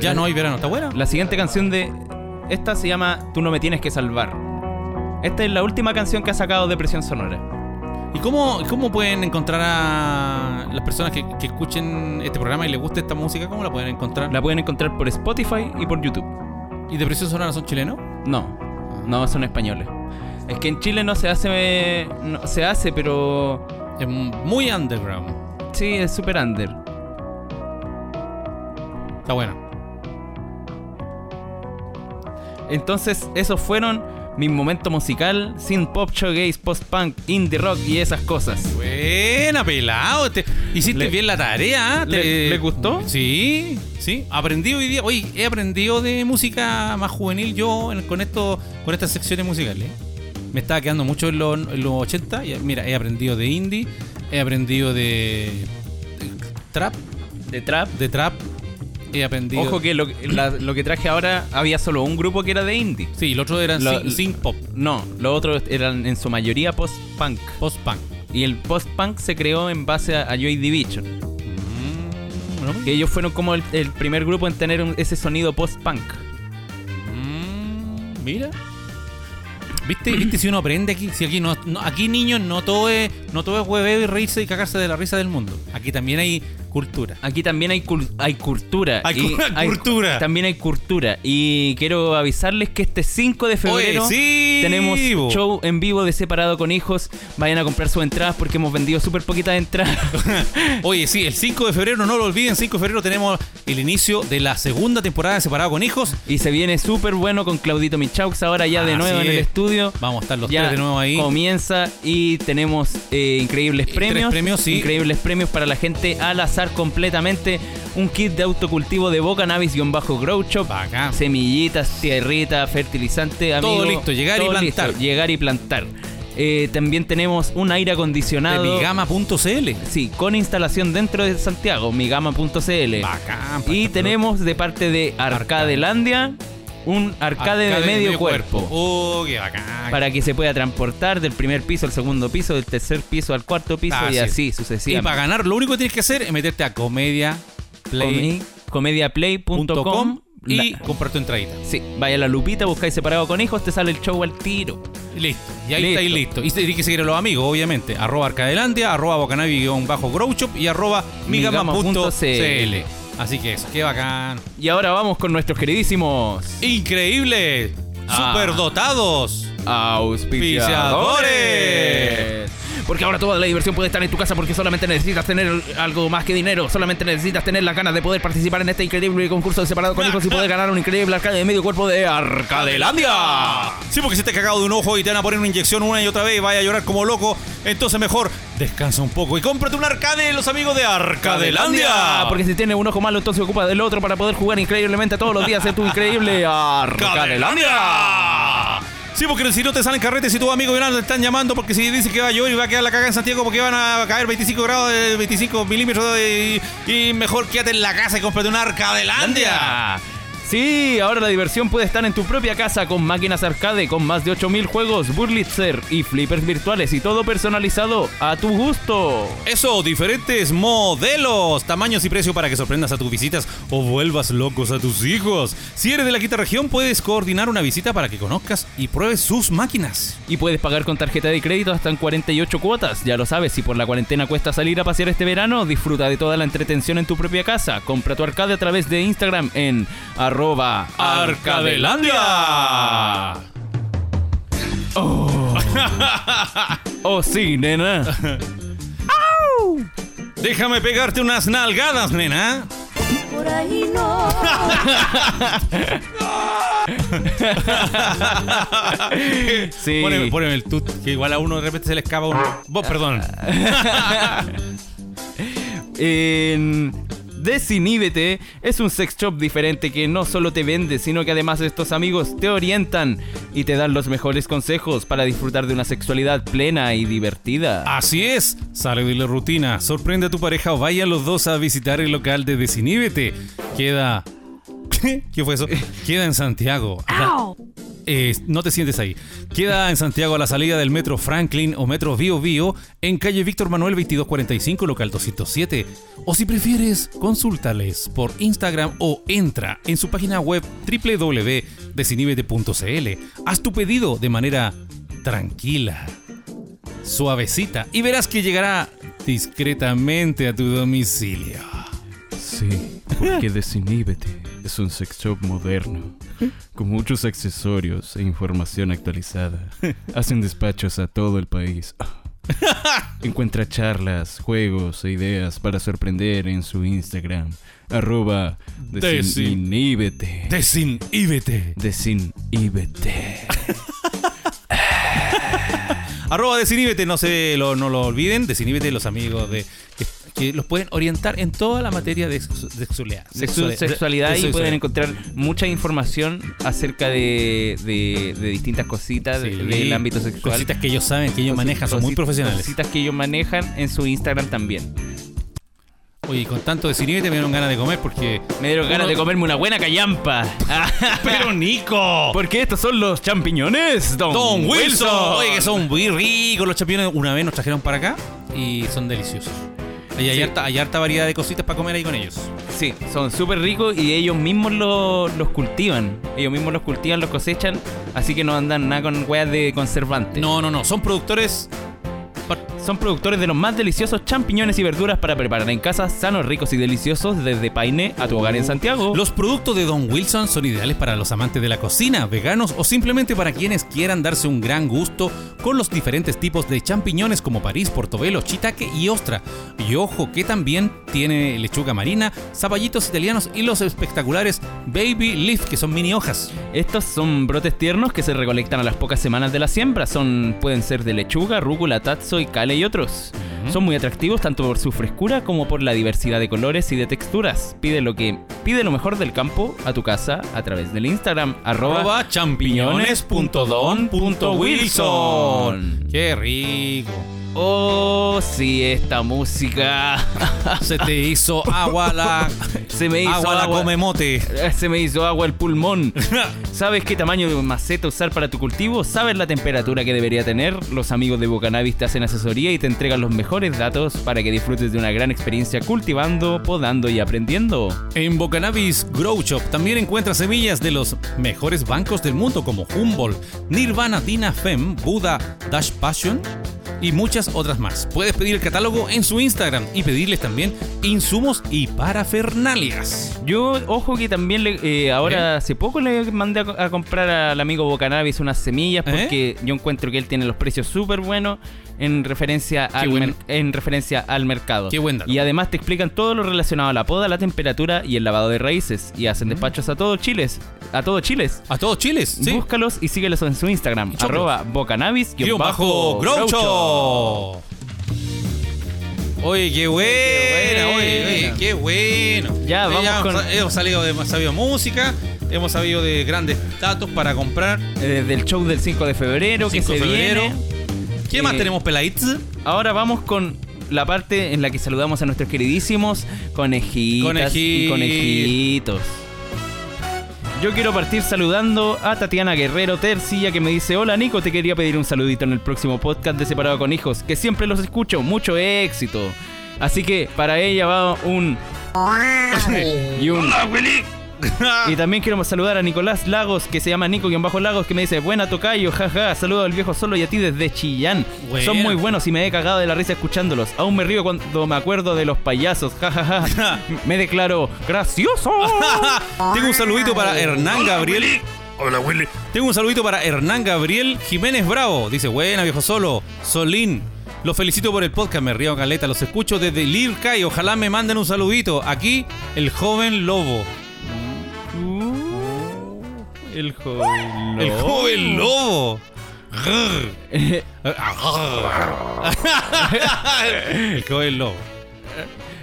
Ya no hay verano. ¿Está buena?
La siguiente canción de. Esta se llama Tú no me tienes que salvar. Esta es la última canción que ha sacado Depresión Sonora.
¿Y cómo, cómo pueden encontrar a las personas que, que escuchen este programa y les guste esta música? ¿Cómo la pueden encontrar?
La pueden encontrar por Spotify y por YouTube.
¿Y Depresión Sonora son chilenos?
No, no son españoles. Es que en Chile no se hace. eh, no- se hace, pero.
Es muy underground.
Sí, es super under.
Está buena.
Entonces, esos fueron mi momento musical, sin pop, showgaze, post-punk, indie rock y esas cosas.
Buena, pelado. Te- hiciste
Le-
bien la tarea. ¿eh?
le-
Te-
¿le gustó?
Sí, sí. Aprendí hoy día. Oye, he aprendido de música más juvenil yo en- con, esto, con estas secciones musicales. Me estaba quedando mucho en, los- en los 80. y, mira, he aprendido de indie. He aprendido de, de trap.
De trap.
De trap. He aprendido.
Ojo que lo, la- lo que traje ahora había solo un grupo que era de indie.
Sí, el otro era
Lo-
synth synth pop,
No, los otros eran en su mayoría post-punk.
post-punk.
Y el post-punk se creó en base a, a Joy Division.
Mm, ¿no?
Que ellos fueron como el, el primer grupo en tener un- ese sonido post-punk.
Mm, Mira. ¿Viste, ¿Viste si uno aprende aquí? Si aquí no, no- aquí niños no todo es no todo es hueveo y reírse y cagarse de la risa del mundo. Aquí también hay cultura.
Aquí también hay, cul- hay cultura.
Hay
y
cu- cultura.
También hay cultura. Y quiero avisarles que este 5 de febrero
Oye, sí,
tenemos
bo.
show en vivo de Separado con Hijos. Vayan a comprar sus entradas porque hemos vendido súper poquitas entradas.
Oye, sí, el 5 de febrero, no lo olviden, 5 de febrero tenemos el inicio de la segunda temporada de Separado con Hijos.
y se viene súper bueno con Claudito Michaux ahora ya de
Así
nuevo en el
es.
estudio.
Ah, Vamos a estar los
ya
tres de nuevo ahí.
comienza y tenemos eh, increíbles
Eh,
premios.
tres premios, sí.
Increíbles premios para la gente al azar completamente. Un kit de autocultivo de Boca bajo Grow Shop.
Bacán.
Semillitas, tierrita, fertilizante, amigo.
Todo listo, llegar y plantar.
llegar y plantar. Eh, también tenemos un aire
De
acondicionado.
migama.cl.
Sí, con instalación dentro de Santiago, migama.cl.
Bacán. pues, este
Y
bacán.
tenemos de parte de Arcadelandia un arcade, de medio, cuerpo.
Oh, qué bacán.
Para que se pueda transportar del primer piso al segundo piso, del tercer piso al cuarto piso
Ah,
y
sí.
así
y para
sucesivamente.
ganar, lo único que tienes que hacer es meterte a comedia play.
Comi- Comediaplay.com
Com y
la-
comprar tu entradita.
Sí, vaya a la lupita, buscáis separado con hijos, te sale el show al tiro.
Y Listo. Y ahí
Listo.
estáis listo. Y tenéis que seguir a los amigos, obviamente. Arroba Arcadelandia, arroba Bocanavi-Growshop y arroba migama.cl.
migama.cl.
Así que eso, qué bacán.
Y ahora vamos con nuestros queridísimos
Increíble.
Ah.
Superdotados.
auspiciadores. Porque ahora toda la diversión puede estar en tu casa porque solamente necesitas tener algo más que dinero. Solamente necesitas tener las ganas de poder participar en este increíble concurso de separado con hijos y poder ganar un increíble arcade de medio cuerpo de Arcadelandia.
Sí, porque si te has cagado de un ojo y te van a poner una inyección una y otra vez y vaya a llorar como loco, entonces mejor descansa un poco y cómprate un arcade de los amigos de Arcadelandia.
Porque si tiene un ojo malo, entonces ocupa del otro para poder jugar increíblemente todos los días en tu increíble Arcadelandia.
¡Cadelandia! Sí, porque si no te salen carretes y tus amigos y nada, te están llamando porque si dicen que va a llover y va a quedar la caga en Santiago porque van a caer 25 grados, eh, 25 milímetros de- y, y mejor quédate en la casa y cómprate un Arcadelandia.
Sí, ahora la diversión puede estar en tu propia casa con máquinas arcade con más de 8000 juegos, burlitzer y flippers virtuales y todo personalizado a tu gusto.
Eso, diferentes modelos, tamaños y precio para que sorprendas a tus visitas o vuelvas locos a tus hijos. Si eres de la quinta región, puedes coordinar una visita para que conozcas y pruebes sus máquinas.
Y puedes pagar con tarjeta de crédito hasta en 48 cuotas. Ya lo sabes, si por la cuarentena cuesta salir a pasear este verano, disfruta de toda la entretención en tu propia casa. Compra tu arcade a través de Instagram en arroba
¡Arcadelandia!
Oh, sí, nena.
Déjame pegarte unas nalgadas, nena.
Por ahí no.
Sí.
Poneme, poneme el tut, que igual a uno de repente se le escapa uno. Vos, perdón.
En Desiníbete es un sex shop diferente que no solo te vende, sino que además estos amigos te orientan y te dan los mejores consejos para disfrutar de una sexualidad plena y divertida.
Así es, sale de la rutina, sorprende a tu pareja o vaya los dos a visitar el local de Desiníbete. Queda... ¿Qué fue eso? Queda en Santiago. Eh, no te sientes ahí. Queda en Santiago a la salida del Metro Franklin o Metro Bio Bio en calle Víctor Manuel 2245, local 207. O si prefieres, consúltales por Instagram o entra en su página web www.desinibete.cl. Haz tu pedido de manera tranquila, suavecita y verás que llegará discretamente a tu domicilio.
Sí, porque Desiníbete es un sex shop moderno con muchos accesorios e información actualizada. Hacen despachos a todo el país. Encuentra charlas, juegos e ideas para sorprender en su Instagram. Arroba desiníbete.
Desinhíbete.
Desiníbete.
Arroba Desinhíbete, no se lo, no lo olviden. Desinhíbete, los amigos de que, que los pueden orientar en toda la materia de, sexu- de sexualidad.
Sexu-
Sexual-
sexualidad
de- de
y pueden
sexualidad.
encontrar mucha información acerca de, de- de distintas cositas
Sí.
de- del ámbito sexual.
Cositas que ellos saben, que ellos
Cosi-
manejan, son muy
cosi-
profesionales.
Cositas que ellos manejan en su Instagram también.
Oye, y con tanto Desinhíbete me dieron ganas de comer porque.
Me dieron ganas
Uno-
de comerme una buena callampa.
¡Pero Nico!
Porque estos son los champiñones, Don,
Don Wilson. Oye, que son muy ricos los champiñones. Una vez nos trajeron para acá y son deliciosos. Y hay,
Sí.
harta, hay harta variedad de cositas para comer ahí con ellos.
Sí, son súper ricos y ellos mismos lo- los cultivan. Ellos mismos los cultivan, los cosechan. Así que no andan nada con weas de conservantes.
No, no, no. Son productores.
Son productores de los más deliciosos champiñones y verduras para preparar en casa, sanos, ricos y deliciosos desde Paine a tu hogar en Santiago.
Uh, Los productos de Don Wilson son ideales para los amantes de la cocina, veganos o simplemente para quienes quieran darse un gran gusto con los diferentes tipos de champiñones como París, Portobelo, Chitaque y Ostra. Y ojo que también tiene lechuga marina, zapallitos italianos y los espectaculares Baby Leaf, que son mini hojas.
Estos son brotes tiernos que se recolectan a las pocas semanas de la siembra. Son, pueden ser de lechuga, rúcula, tazo y cale y otros. Son muy atractivos tanto por su frescura como por la diversidad de colores y de texturas. Pide lo que pide lo mejor del campo a tu casa a través del Instagram arroba
Arroba champiñones.don.wilson. Qué rico.
Oh, sí, esta música
Se te hizo agua la
se me hizo
agua la
agua-
comemote.
Se me hizo agua el pulmón. ¿Sabes qué tamaño de maceta usar para tu cultivo? ¿Sabes la temperatura que debería tener? Los amigos de Bucanabis te hacen asesoría y te entregan los mejores datos para que disfrutes de una gran experiencia cultivando, podando y aprendiendo.
En Bocanabis Grow Shop también encuentras semillas de los mejores bancos del mundo como Humboldt, Nirvana, Dina Fem, Buda, Dash Passion y muchas otras más. Puedes pedir el catálogo en su Instagram y pedirles también insumos y parafernalias.
Yo, ojo que también le- eh, ahora hace poco le mandé a, co- a comprar al amigo Bocanabis unas semillas
¿Eh?
porque yo encuentro que él tiene los precios súper buenos en referencia, al
buen-
mer- en referencia al mercado.
Qué buen dato.
Y además te explican todo lo relacionado a la poda, la temperatura y el lavado de raíces. Y
¿Mm?
hacen despachos a todo chiles. A todo chiles.
A todos chiles, ¿sí?
Búscalos y síguelos en su Instagram.
Chócalos.
Arroba bocanabis
Guión bajo Grow Shop. Oye, qué buena, oye, oye, qué bueno.
Ya, vamos
hemos-
con-
Hemos salido de, hemos sabido música, hemos sabido de grandes datos para comprar.
Desde el show Eh, del 5 de febrero que
5
se
de febrero.
viene.
¿Qué
Eh,
más tenemos, Pelaites?
Ahora vamos con la parte en la que saludamos a nuestros queridísimos conejitas
Conejí-
y conejitos. Yo quiero partir saludando a Tatiana Guerrero Tercilla que me dice, hola Nico, te quería pedir un saludito en el próximo podcast de Separado con Hijos, que siempre los escucho, mucho éxito. Así que para ella va un... y un... Y también queremos saludar a Nicolás Lagos, que se llama Nico-Lagos, que me dice, buena tocayo, jaja, saludo al viejo solo y a ti desde Chillán.
Buena.
Son muy buenos y me he cagado de la risa escuchándolos. Aún me río cuando me acuerdo de los payasos, jajaja. me declaro gracioso. Oh.
Tengo un saludito para Hernán Gabriel. Hola, Willy. Tengo un saludito para Hernán Gabriel Jiménez Bravo. Dice, buena, viejo solo. Solín. Los felicito por el podcast, me río caleta, los escucho desde Lirca y ojalá me manden un saludito. Aquí, el joven lobo.
El joven.
El joven lobo. Ah, el joven lobo.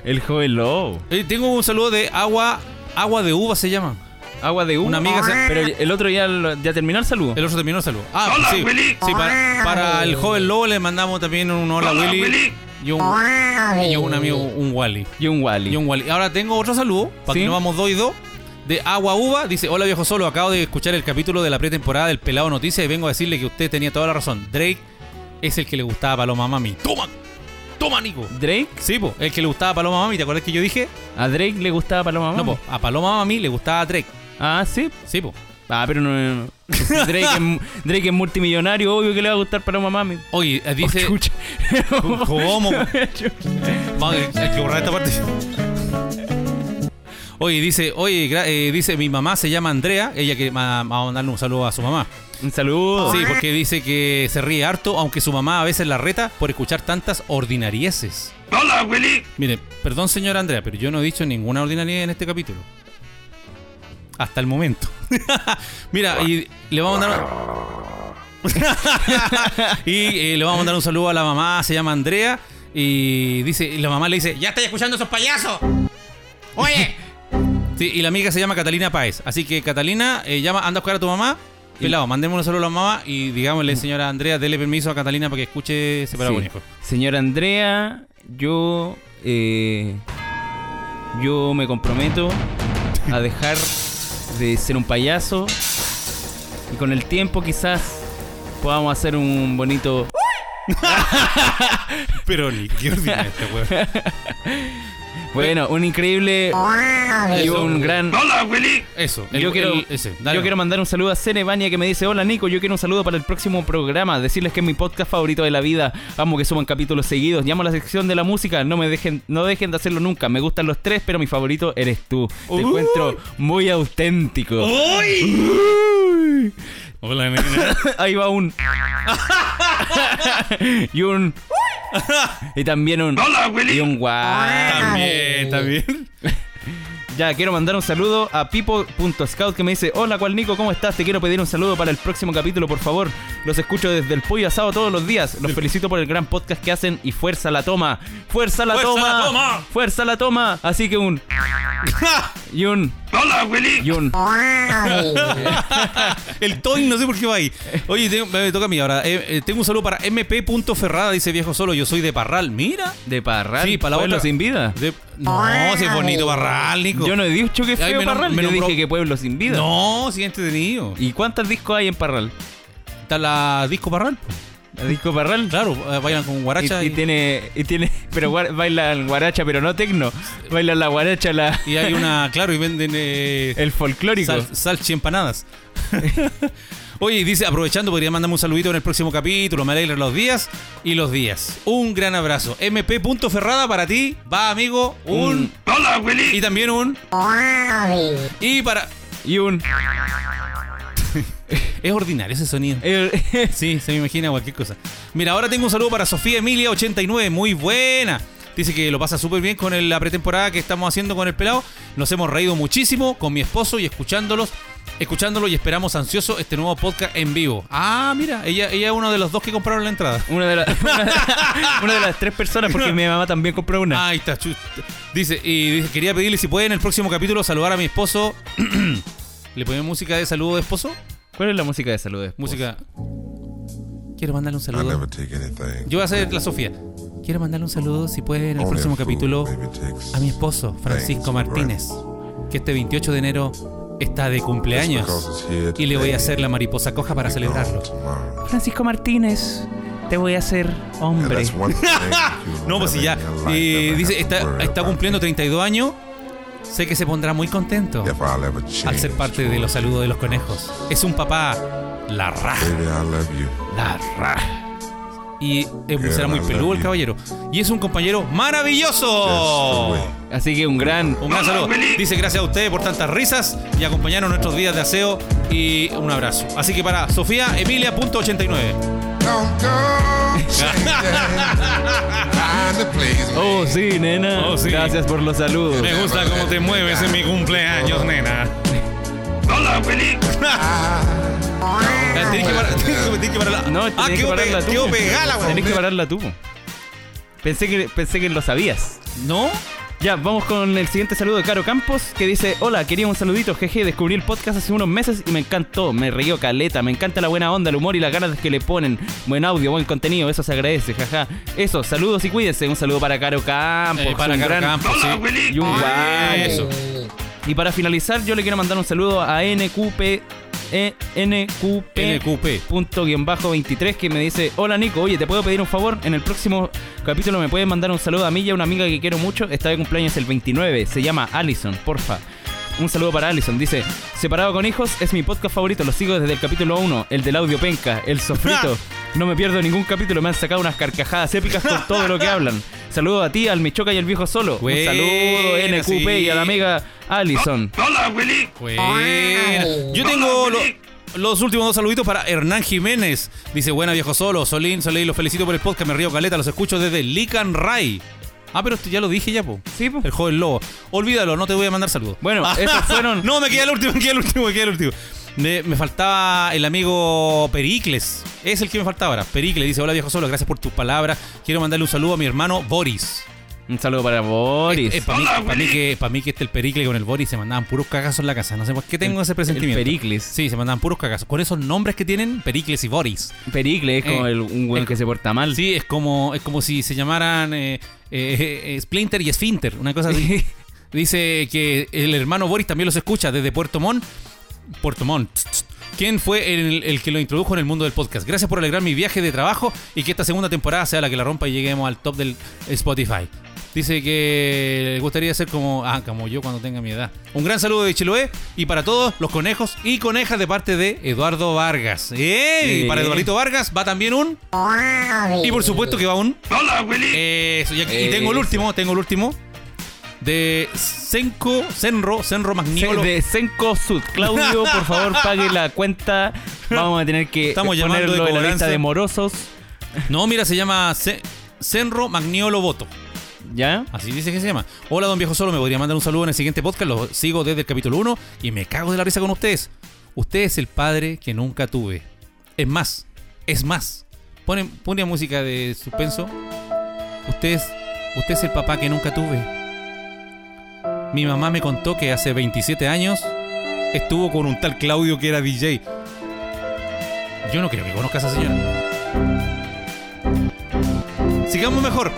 El joven lobo.
Eh, tengo un saludo de agua, agua de uva se llama.
Agua de uva.
Una amiga se-
Pero el otro ya, lo- ya terminó el saludo.
El otro terminó el saludo. Ah, sí. Sí, para, para el joven lobo le mandamos también un hola, Willy. Y un, y un amigo, un Wally.
Y un Wally.
Y un Wally. Ahora tengo otro saludo, para
Sí.
que no vamos dos y dos. De Agua Uva dice, hola viejo solo, acabo de escuchar el capítulo de la pretemporada del Pelado Noticias y vengo a decirle que usted tenía toda la razón. Drake es el que le gustaba a Paloma Mami. ¡Toma! ¡Toma, Nico!
Drake.
Sí, po, el que le gustaba a Paloma Mami, ¿te acuerdas que yo dije?
A Drake le gustaba Paloma
No,
Mami.
po, a Paloma Mami le gustaba a Drake.
Ah, sí.
Sí, po.
Ah, pero no. no, no. Drake, es, mu- Drake es multimillonario, obvio que le va a gustar Paloma Mami.
Oye, eh, dice...
Oh, chucha.
¿Cómo? Vamos, hay que borrar esta parte. Oye, dice, oye, gra- eh, dice, mi mamá se llama Andrea, ella que ma- va a mandarle un saludo a su mamá.
Un saludo.
Sí, porque dice que se ríe harto, aunque su mamá a veces la reta por escuchar tantas ordinarieces. ¡Hola, Willy! Mire, perdón, señora Andrea, pero yo no he dicho ninguna ordinariedad en este capítulo. Hasta el momento. Mira, y le vamos a mandar. y eh, le vamos a mandar un saludo a la mamá, se llama Andrea. Y dice, y la mamá le dice, ¡Ya estáis escuchando esos payasos! ¡Oye! Sí, y la amiga se llama Catalina Páez. Así que Catalina, eh, llama, anda a buscar a tu mamá. Pelado, mandémosle un saludo a la mamá y digámosle, señora Andrea, dele permiso a Catalina para que escuche Separado
Sí.
con Hijos.
Señora Andrea, yo. eh, yo me comprometo a dejar de ser un payaso. Y con el tiempo, quizás podamos hacer un bonito.
Pero ni qué ordinario este weón.
Bueno, un increíble. Y
Eso.
un gran.
Eso,
yo,
el-
quiero,
el- ese, dale.
yo quiero mandar un saludo a Cenevania que me dice, hola Nico, yo quiero un saludo para el próximo programa, decirles que es mi podcast favorito de la vida, amo que suban capítulos seguidos, llamo a la sección de la música, no me dejen, no dejen de hacerlo nunca, me gustan los tres, pero mi favorito eres tú. Te
Uy. Oh,
encuentro muy auténtico.
Hola, nena.
Ahí va un y un y también un y un guau.
También, también.
Ya, quiero mandar un saludo a Pipo.scout que me dice, hola cual Nico, ¿cómo estás? Te quiero pedir un saludo para el próximo capítulo, por favor. Los escucho desde el pollo asado todos los días. Los felicito por el gran podcast que hacen y fuerza la toma. Fuerza la
¡Fuerza
toma.
la toma!
Fuerza la toma. Así que un... y un... Hola, Willy. Y un...
El Toy, no sé por qué va ahí. Oye, tengo- me toca a mí ahora. Eh, eh, tengo un saludo para mp.ferrada, dice viejo solo. Yo soy de Parral. Mira.
De parral.
Sí, para la
pueblo
otra.
sin vida.
De- no, si es bonito Parral, Nico.
Yo no he dicho que es
Ay,
feo
me nom-
parral.
me
Yo
nombró-
dije que pueblo sin vida.
No, si es entretenido.
¿Y cuántos discos hay en parral?
Está la disco Parral.
¿El disco parral?
Claro, eh, bailan con
Y,
guaracha.
y tiene, y tiene, pero guar- bailan guaracha, pero no tecno. Bailan la guaracha, la,
y hay una, claro, y venden eh,
el folclórico.
sal- salchi empanadas. Oye, dice, aprovechando, podría mandarme un saludito en el próximo capítulo. Me alegra los días y los días. Un gran abrazo. MP.ferrada para ti. Va, amigo. Un. ¡Hola, Willy! Y también un. Y para.
Y un.
Es ordinario ese sonido.
el-
Sí, se me imagina cualquier cosa. Mira, ahora tengo un saludo para Sofía Emilia89, muy buena. Dice que lo pasa súper bien con el- la pretemporada que estamos haciendo con el pelado. Nos hemos reído muchísimo con mi esposo y escuchándolos, escuchándolo y esperamos ansioso este nuevo podcast en vivo. Ah, mira, ella, ella es uno de los dos que compraron la entrada.
una, de las una, de- una de las tres personas, porque mi mamá también compró una.
Ahí está, chuta. Dice, y dice, quería pedirle si pueden en el próximo capítulo saludar a mi esposo. ¿Le ponen música de saludo de esposo?
¿Cuál es la música de salud? después?
Música. Quiero mandarle un
I
saludo.
never take anything.
Yo voy a hacer la Sofía. Quiero mandarle un saludo, si puede, en el
Only
próximo
a fool
capítulo
maybe takes
a mi esposo, Francisco
things
Martínez, que este 28 de enero está de
because
cumpleaños
it's here
y le voy a
today,
hacer la mariposa coja para
gone
celebrarlo.
tomorrow.
Francisco Martínez, te voy a hacer
And
hombre.
that's one thing you
No, pues si ya.
remember in your life,
Eh,
never
dice,
have to
está,
worry
está
about
cumpliendo 32 años. Sé que se pondrá muy contento
If I'll ever change,
al ser parte de los saludos de los conejos. Es un papá la raja.
Baby, I love you.
La raja. Y eh,
Girl,
será muy
I love
peludo el
you.
caballero. Y es un compañero
That's
maravilloso.
the way.
Así que un gran.
Un gran saludo. Dice gracias a ustedes por tantas risas y acompañaron nuestros días de aseo y un abrazo. Así que para Sofía Emilia.89.
Don't go changing. Trying to please me.
Oh, sí, nena.
Oh, sí.
Gracias por los saludos.
Me gusta cómo te mueves en mi cumpleaños, nena. Hola, Willy. Tienes que parar- tienes que pararla.
No,
ah,
tenés que
quedó
pararla
pe-
tú.
quedó pegada, weón.
Tenés que pararla tú. Pensé que, pensé que lo sabías.
¿No?
Ya, vamos con el siguiente saludo de Caro Campos, que dice, hola, quería un saludito, jeje, descubrí el podcast hace unos meses y me encantó, me reí caleta, me encanta la buena onda, el humor y las ganas que le ponen, buen audio, buen contenido, eso se agradece, jaja. Eso, saludos y cuídense, un saludo para Caro Campos,
Eh, para
un
Caro
gran-
Campos, sí.
y un guau.
Eso.
Y para finalizar, yo le quiero mandar un saludo a NQP, eh, NQP,
NQP.
punto guión bajo 23 que me dice hola Nico oye te puedo pedir un favor en el próximo capítulo me puedes mandar un saludo a mí y a una amiga que quiero mucho está de cumpleaños el 29 se llama Allison porfa un saludo para Allison dice separado con hijos es mi podcast favorito lo sigo desde el capítulo 1 el del audio penca el sofrito No me pierdo ningún capítulo, me han sacado unas carcajadas épicas con todo lo que hablan. Saludo a ti, al Michoca y al viejo solo. Un
Buena,
saludo, NQP y a la
sí.
amiga Allison.
Bueno. Yo tengo lo- los últimos dos saluditos para Hernán Jiménez. Dice, buena viejo solo, Solín, Soley, los felicito por el podcast, me río caleta, los escucho desde Lican Ray. Ah, pero esto ya lo dije ya, po.
Sí, po.
El joven lobo. Olvídalo, no te voy a mandar saludos.
Bueno, esos fueron-
no, me queda el último, me queda el último, me queda el último. Me, me faltaba el amigo Pericles. Es el que me faltaba ahora. Pericles dice, hola viejo solo, gracias por tus palabras. Quiero mandarle un saludo a mi hermano Boris.
Un saludo para Boris.
Eh, para, mí, pa' mí que, pa' mí que este el Pericle con el Boris se mandaban puros cagazos en la casa. No sé por qué tengo
El-
ese presentimiento.
el Pericles.
Sí, se mandaban puros cagazos. Con esos nombres que tienen, Pericles y Boris.
Pericle es como
Eh,
el- un
eh,
weón que se porta mal.
Sí, es como, es como si se llamaran eh, eh, eh, Splinter y Esfínter, una cosa así. Dice que el hermano Boris también los escucha desde Puerto Montt. Puerto Montt. ¿Quién fue el, el que lo introdujo en el mundo del podcast? Gracias por alegrar mi viaje de trabajo y que esta segunda temporada sea la que la rompa y lleguemos al top del Spotify. Dice que le gustaría ser como, ah, como yo cuando tenga mi edad. Un gran saludo de Chiloé y para todos los conejos y conejas de parte de Eduardo Vargas. ¡Ey!
Sí.
Para Eduardo Vargas va también un... Y por supuesto que va un. ¡Hola, Willy! Eso, y, aquí- y tengo el
Eso.
último, tengo el último. De Senko, Senro, Senro
Se-
Magnolo.
De Senco Sud. Claudio, por favor, pague la cuenta. Vamos a tener que
Estamos llamando de
ponerlo en la
cobranza.
lista de morosos.
No, mira, se llama Se- Senro Magniolo Boto.
¿Ya?
Así dice que se llama. Hola, don viejo solo, me podría mandar un saludo en el siguiente podcast. Lo sigo desde el capítulo 1 y me cago de la risa con ustedes. Usted es el padre que nunca tuve. Es más, es más. Pone, pone música de suspenso. Usted es, usted es el papá que nunca tuve. Mi mamá me contó que hace 27 años estuvo con un tal Claudio que era DJ. Yo no creo que conozca a esa señora. Sigamos mejor.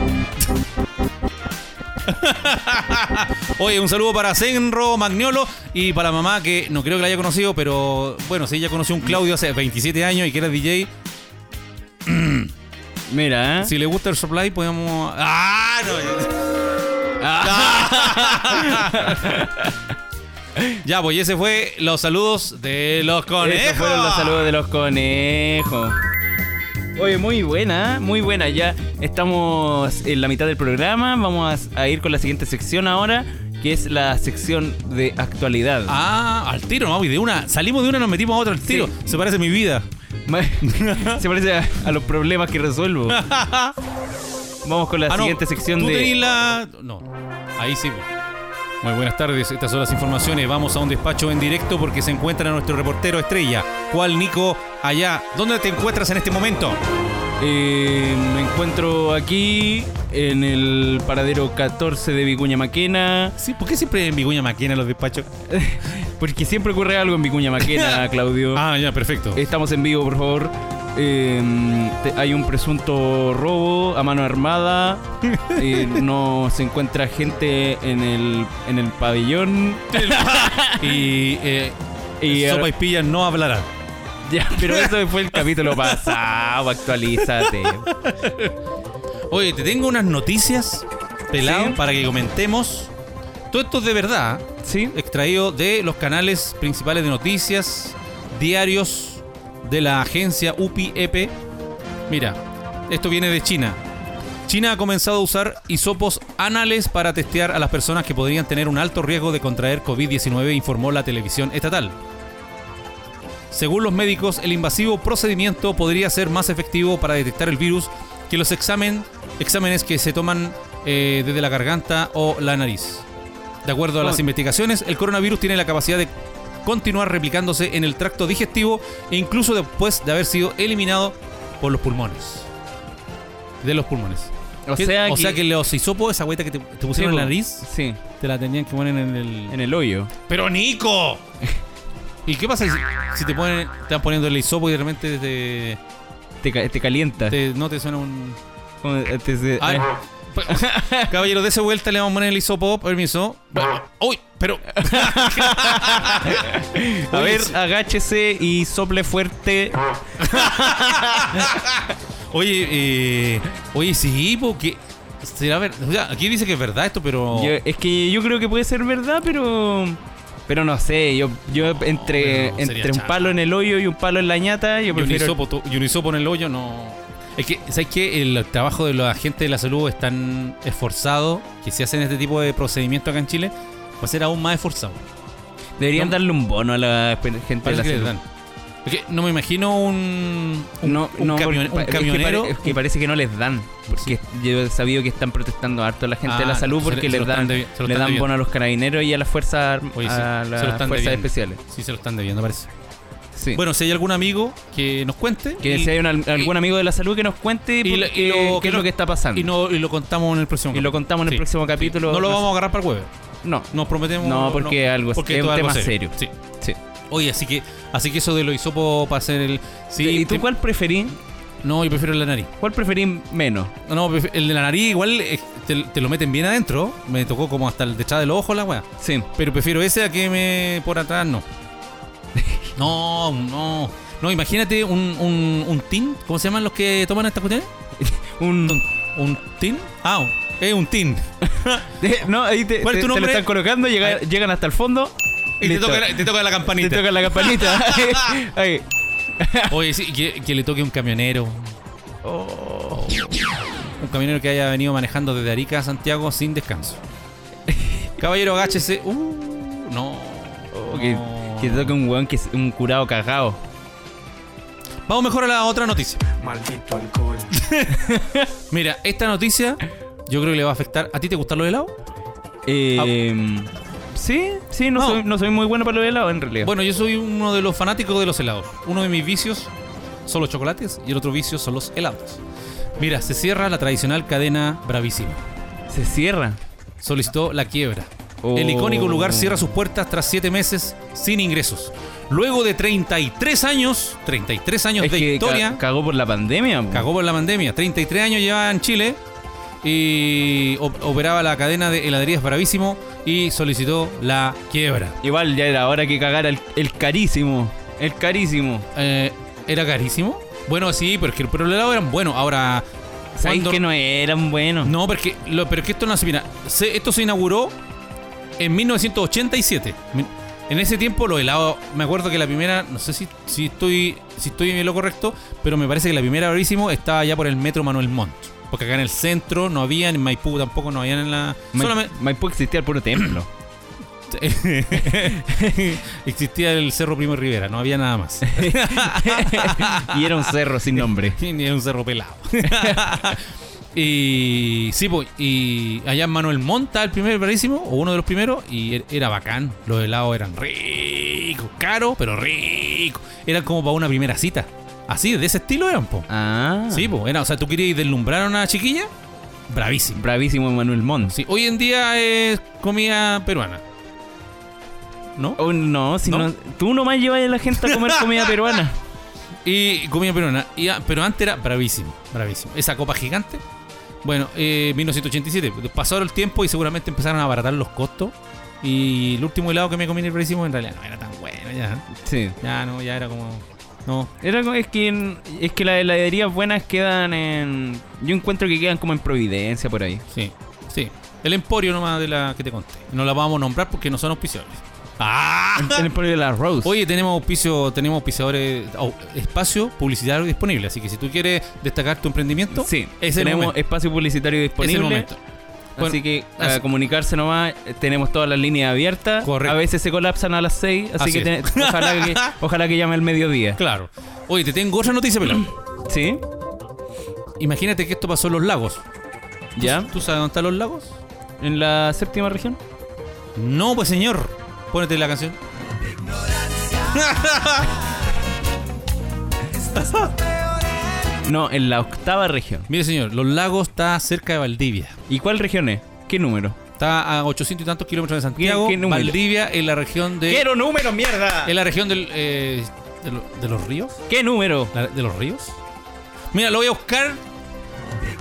Oye, un saludo para Senro Magnolo y para mamá que no creo que la haya conocido, pero bueno, si ella conoció a un Claudio hace 27 años y que era DJ,
Mira, ¿eh?
si le gusta el supply, podemos. ¡Ah! No,
Ah,
Ah, ya- ya, pues y ese fue los saludos de los conejos.
Esos fueron los saludos de los conejos. Oye, muy buena, ¿eh? muy buena. Ya estamos en la mitad del programa. Vamos a, a ir con la siguiente sección ahora, que es la sección de actualidad.
Ah, al tiro, vamos, y de una. Salimos de una, nos metimos a otra al tiro.
Sí.
Se parece a mi vida.
Se parece a, a los problemas que resuelvo. Vamos con la
Ah, no,
siguiente sección
tú
de...
tenés la- No, ahí sí. pues. Muy buenas tardes, estas son las informaciones. Vamos a un despacho en directo porque se encuentra nuestro reportero estrella. ¿Cuál, Nico? Allá. ¿Dónde te encuentras en este momento?
Eh, me encuentro aquí en el paradero 14 de Vicuña Maquena.
Sí, ¿por qué siempre en Viguña Maquena los despachos?
Porque siempre ocurre algo en Vicuña Maquena, Claudio.
Ah, ya, perfecto.
Estamos en vivo, por favor. Eh, te- hay un presunto robo a mano armada. Eh, no se encuentra gente en el, en el pabellón.
Y, eh,
Y,
Sopa y Pilla no hablará.
Ya, pero eso fue el capítulo pasado. Actualízate.
Oye, te tengo unas noticias, pelado,
Sí.
para que comentemos. Todo esto es de verdad,
¿Sí?
extraído de los canales principales de noticias, diarios de la agencia UPI-EP. E Mira, esto viene de China. China ha comenzado a usar hisopos anales para testear a las personas que podrían tener un alto riesgo de contraer COVID-19, informó la televisión estatal. Según los médicos, el invasivo procedimiento podría ser más efectivo para detectar el virus que los examen- exámenes que se toman eh, desde la garganta o la nariz. De acuerdo a las
Bueno.
investigaciones, el coronavirus tiene la capacidad de continuar replicándose en el tracto digestivo e incluso después de haber sido eliminado por los pulmones. De los pulmones.
O
¿Qué-
sea, que-
los hisopos, pues, esa agüita que te, te pusieron en la nariz,
Sí,
pues. te la tenían que poner en el...
en el hoyo.
¡Pero Nico! ¿Y qué pasa si, si te ponen, te van poniendo el hisopo y de repente te,
Te, ca- te calienta.
te- no te suena un.
Como- eh, te- te-
Ay, pues, caballero, de esa vuelta le vamos a poner el hisopo, permiso. ¡Uy! Pero.
a
Oye,
ver,
sí.
agáchese y sople fuerte.
Oye, eh, oye, sí, porque.
Oh.
Será ver, o sea, aquí dice que es verdad esto, pero.
Yo- es que yo creo que puede ser verdad, pero. Pero no sé, yo, yo entre,
No, sería
entre un
chato.
palo en el hoyo y un palo en la ñata, yo
Y un,
prefiero...
hisopo, tú- y un hisopo en el hoyo no. Es que, ¿sabes qué? El trabajo de los agentes de la salud es tan esforzado que si hacen este tipo de procedimiento acá en Chile, va a ser aún más esforzado.
Deberían
No.
darle un bono a la espe- gente de
Parece
la
que les
salud.
dan. Porque no me imagino un, un,
no,
un
no, porque
camion- un
pa- es que
camionero.
pare- Es que, parece que no les dan. Porque yo he sabido que están protestando harto la gente de
Ah,
la salud
se le-
porque
se lo
les
están
dan,
debi- se lo
le dan
están debiendo.
bono a los carabineros y a las fuerzas,
Oye, sí,
a
se lo
las
están
fuerzas
debiendo.
especiales.
Sí, se lo están debiendo, parece.
Sí.
Bueno, si hay algún amigo que nos cuente.
que
y-
si hay un al- algún amigo de la salud que nos cuente
y
por
lo-
qué-
y lo-
qué es lo que está pasando.
y, no- y lo contamos en el próximo
Y lo contamos en el próximo capítulo.
No lo
No
vamos a agarrar para el jueves.
No,
Nos prometemos.
No, porque algo- es
esto
un
algo
tema serio.
Sí.
sí.
Oye, así que, así que eso de lo hisopo para hacer el. Sí,
¿Y tú
te-
cuál preferís?
No, yo prefiero el de la nariz.
¿Cuál preferís menos?
No, pref- el de la nariz igual eh, te, te lo meten bien adentro. Me tocó como hasta el detrás de los ojos la weá.
Sí.
Pero prefiero ese a que me por atrás no. No, no. No, imagínate un, un, un tin. ¿Cómo se llaman los que toman esta cuestión?
Un...
¿Un tin? Ah, es un tin.
No, ahí te,
¿Cuál
te- te
es tu
lo
nombre?
están colocando, llega- llegan hasta el fondo.
Y te
listo.
toca, la- te toca la
Te
campanita.
toca la campanita. Ahí.
Oye, sí, que, que le toque un camionero.
Oh.
Un camionero que haya venido manejando desde Arica a Santiago sin descanso. Caballero, agáchese. Uh, no.
Oh, que,
no.
que te toque un weón que es un curado cagado.
Ah, Vamos mejor a la otra noticia.
Maldito alcohol.
Mira, esta noticia yo creo que le va a afectar. ¿A ti te gustan los helados?
Eh, sí, sí, no,
No.
Soy, no soy muy bueno para los helados en realidad.
Bueno, yo soy uno de los fanáticos de los helados. Uno de mis vicios son los chocolates y el otro vicio son los helados. Mira, se cierra la tradicional cadena Bravísimo.
Se cierra.
Solicitó la quiebra.
Oh.
El icónico lugar cierra sus puertas tras siete meses sin ingresos. Luego de 33 años, 33 años
Es
de
que
historia,
ca- cagó por la pandemia. po.
cagó por la pandemia. 33 años llevaba en Chile y op- operaba la cadena de heladerías Bravísimo y solicitó la quiebra.
Igual ya era hora que cagara el, el carísimo. El carísimo.
Eh, ¿Era carísimo? Bueno, sí, pero es que pero los helados eran buenos. Ahora.
Sabéis
cuando-
que no eran buenos.
No, porque, lo, pero es que esto no se mira. se- esto se inauguró en 1987. Mi- En ese tiempo los helados, me acuerdo que la primera, no sé si, si estoy si estoy en lo correcto, pero me parece que la primera bravísimo estaba ya por el metro Manuel Montt, porque acá en el centro no había en Maipú tampoco no habían en la
Ma-
solamente
Maipú existía el puro templo.
existía el Cerro Primo Rivera, no había nada más. Ah.
y era un cerro sin nombre.
Ni un cerro pelado. y sí, pues, y allá en Manuel Monta, el primer bravísimo, o uno de los primeros, y er- era bacán. Los helados eran ricos, caros, pero ricos. Eran como para una primera cita. Así, de ese estilo eran, po.
Ah.
Sí, pues, era, o sea, tú querías deslumbrar a una chiquilla, bravísimo.
Bravísimo Manuel Montt.
Sí, hoy en día es comida peruana. ¿No?
Oh, no, si
¿No?
no- tú nomás llevas a la gente a comer comida peruana.
Y comida peruana. Y a- pero antes era bravísimo, bravísimo. Esa copa gigante. Bueno, eh, 1987. Pasaron el tiempo y seguramente empezaron a abaratar los costos. Y el último helado que me comí en el bravísimo en realidad no era tan bueno. Ya,
Sí.
ya no, ya era como... No.
Era, como- es, que, en- es que las heladerías buenas quedan en. Yo encuentro que quedan como en Providencia por ahí.
Sí, sí. El emporio nomás de la que te conté. No la vamos a nombrar porque no son auspiciadores. ¡Ah!
En el pueblo de la Rose.
Oye, tenemos auspicio, tenemos auspiciadores, au- espacio publicitario disponible. Así que si tú quieres destacar tu emprendimiento,
sí.
es el
tenemos
momento.
espacio publicitario
Es
disponible.
el momento.
así
Bueno,
que
así-
a comunicarse nomás, eh, tenemos todas las líneas abiertas.
Correcto.
A veces se colapsan a las 6, así,
Así
que,
es.
ten- ojalá que ojalá que llame al mediodía.
Claro. Oye, te tengo otra noticia, pelón.
¿Sí?
Imagínate que esto pasó en los lagos.
¿Ya?
¿Tú sabes dónde están los lagos?
¿En la séptima región?
No, pues señor. Pónete la canción.
No, en la octava región.
Mire, señor, los lagos está cerca de Valdivia.
¿Y cuál región es? ¿Qué número?
Está a 800 y tantos kilómetros de Santiago.
¿Qué- qué número?
Valdivia en la región de.
número, mierda!
En la región del. eh, de, lo- de los ríos.
¿Qué número?
La- ¿De los ríos? Mira, lo voy a buscar.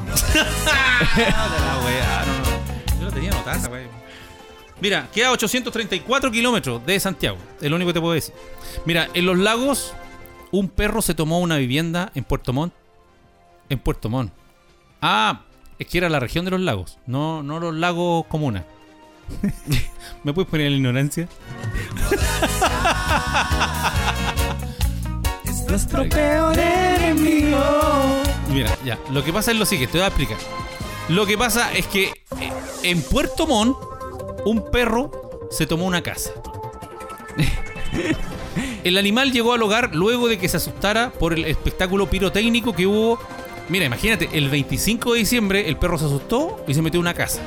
La wea, no, no. Yo lo tenía anotada, esa wea. Mira, queda 834 kilómetros de Santiago. Es lo único que te puedo decir. Mira, en los lagos, un perro se tomó una vivienda en Puerto Montt. En Puerto Montt. Ah, es que era la región de los lagos, no, no los lagos comunas. ¿Me puedes poner en la ignorancia? Nuestro peor enemigo. Mira, ya. Lo que pasa es lo siguiente, te voy a explicar. Lo que pasa es que eh, en Puerto Montt, un perro se tomó una casa. El animal llegó al hogar luego de que se asustara por el espectáculo pirotécnico que hubo. Mira, imagínate, el 25 de diciembre el perro se asustó y se metió en una casa.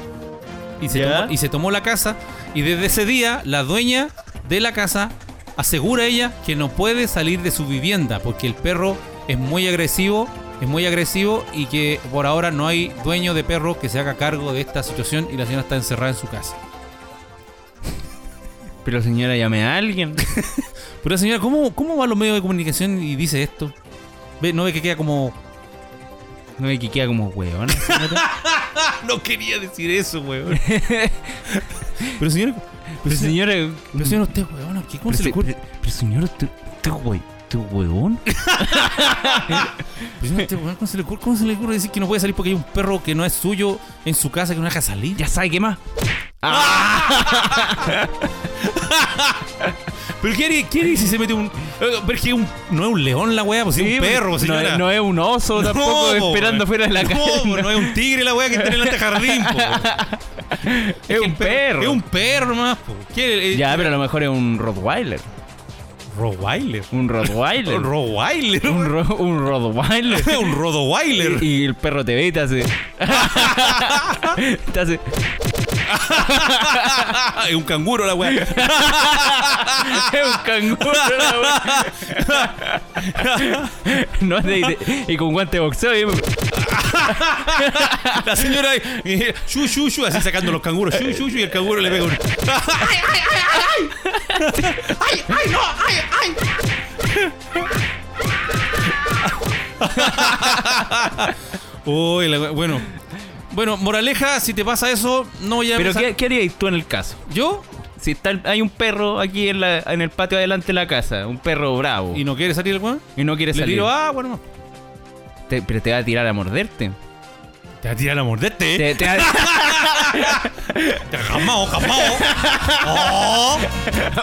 Y se,
¿Ya?
tomó, y se tomó la casa. Y desde ese día, la dueña de la casa asegura a ella que no puede salir de su vivienda porque el perro es muy agresivo, es muy agresivo y que por ahora no hay dueño de perro que se haga cargo de esta situación y la señora está encerrada en su casa.
Pero señora, llame a alguien.
Pero señora, ¿cómo, ¿cómo va los medios de comunicación y dice esto? Ve, ¿No ve que queda como...
No me quiquea como weón. señora.
Ah, No quería decir eso, weón. pero señora,
Pero señora.
pero señora usted, weón, ¿qué- ¿cómo se le
pero,
ocurre?
pero- pero señora, tú, tú, wey- tú, weón.
Pero señora, usted, weón, ¿cómo se le ocurre- ¿Cómo se le ocurre decir que no puede salir porque hay un perro que no es suyo en su casa que no deja salir?
Ya sabe qué más.
Ah,
Ah,
¿Pero qué haría, qué haría si se mete un... eh, Pero es que un- no es un león la weá, pues es
Sí,
un perro,
no
señora.
es- No, es un oso
No,
tampoco
po,
esperando
weón.
fuera de la
no,
calle.
po, No, es un tigre la weá que tiene en el antejardín, po, weón.
es
que
un
el per-
perro.
Es un perro más, po. ¿Qué, eh,
Ya, pero a lo mejor es un Rottweiler.
Rottweiler.
Un Rottweiler.
Un Rottweiler.
un, ro- un Rottweiler.
un Rodoweiler.
Y el perro te ve y te hace. te hace.
Es un canguro la weá.
Es un canguro, la wea. No es de, de- Y con guante de boxeo. y-
La señora eh, shu, shu, shu, así sacando los canguros. Shu, shu, shu, y el canguro le pega un. Uy, la wea- bueno. Bueno, moraleja, si te pasa eso, no ya.
Pero, ¿qué, ¿qué harías tú en el caso?
¿Yo?
Si está el- hay un perro aquí en, la- en el patio adelante de la casa, un perro bravo,
¿Y
y no,
no quiere salir el weón?
quiere
Le
Oh. salir,
tiro agua nomás.
Te- pero te va a tirar a morderte.
Te va a tirar a morderte,
Te- te va-
Jamao, jamao. Oh,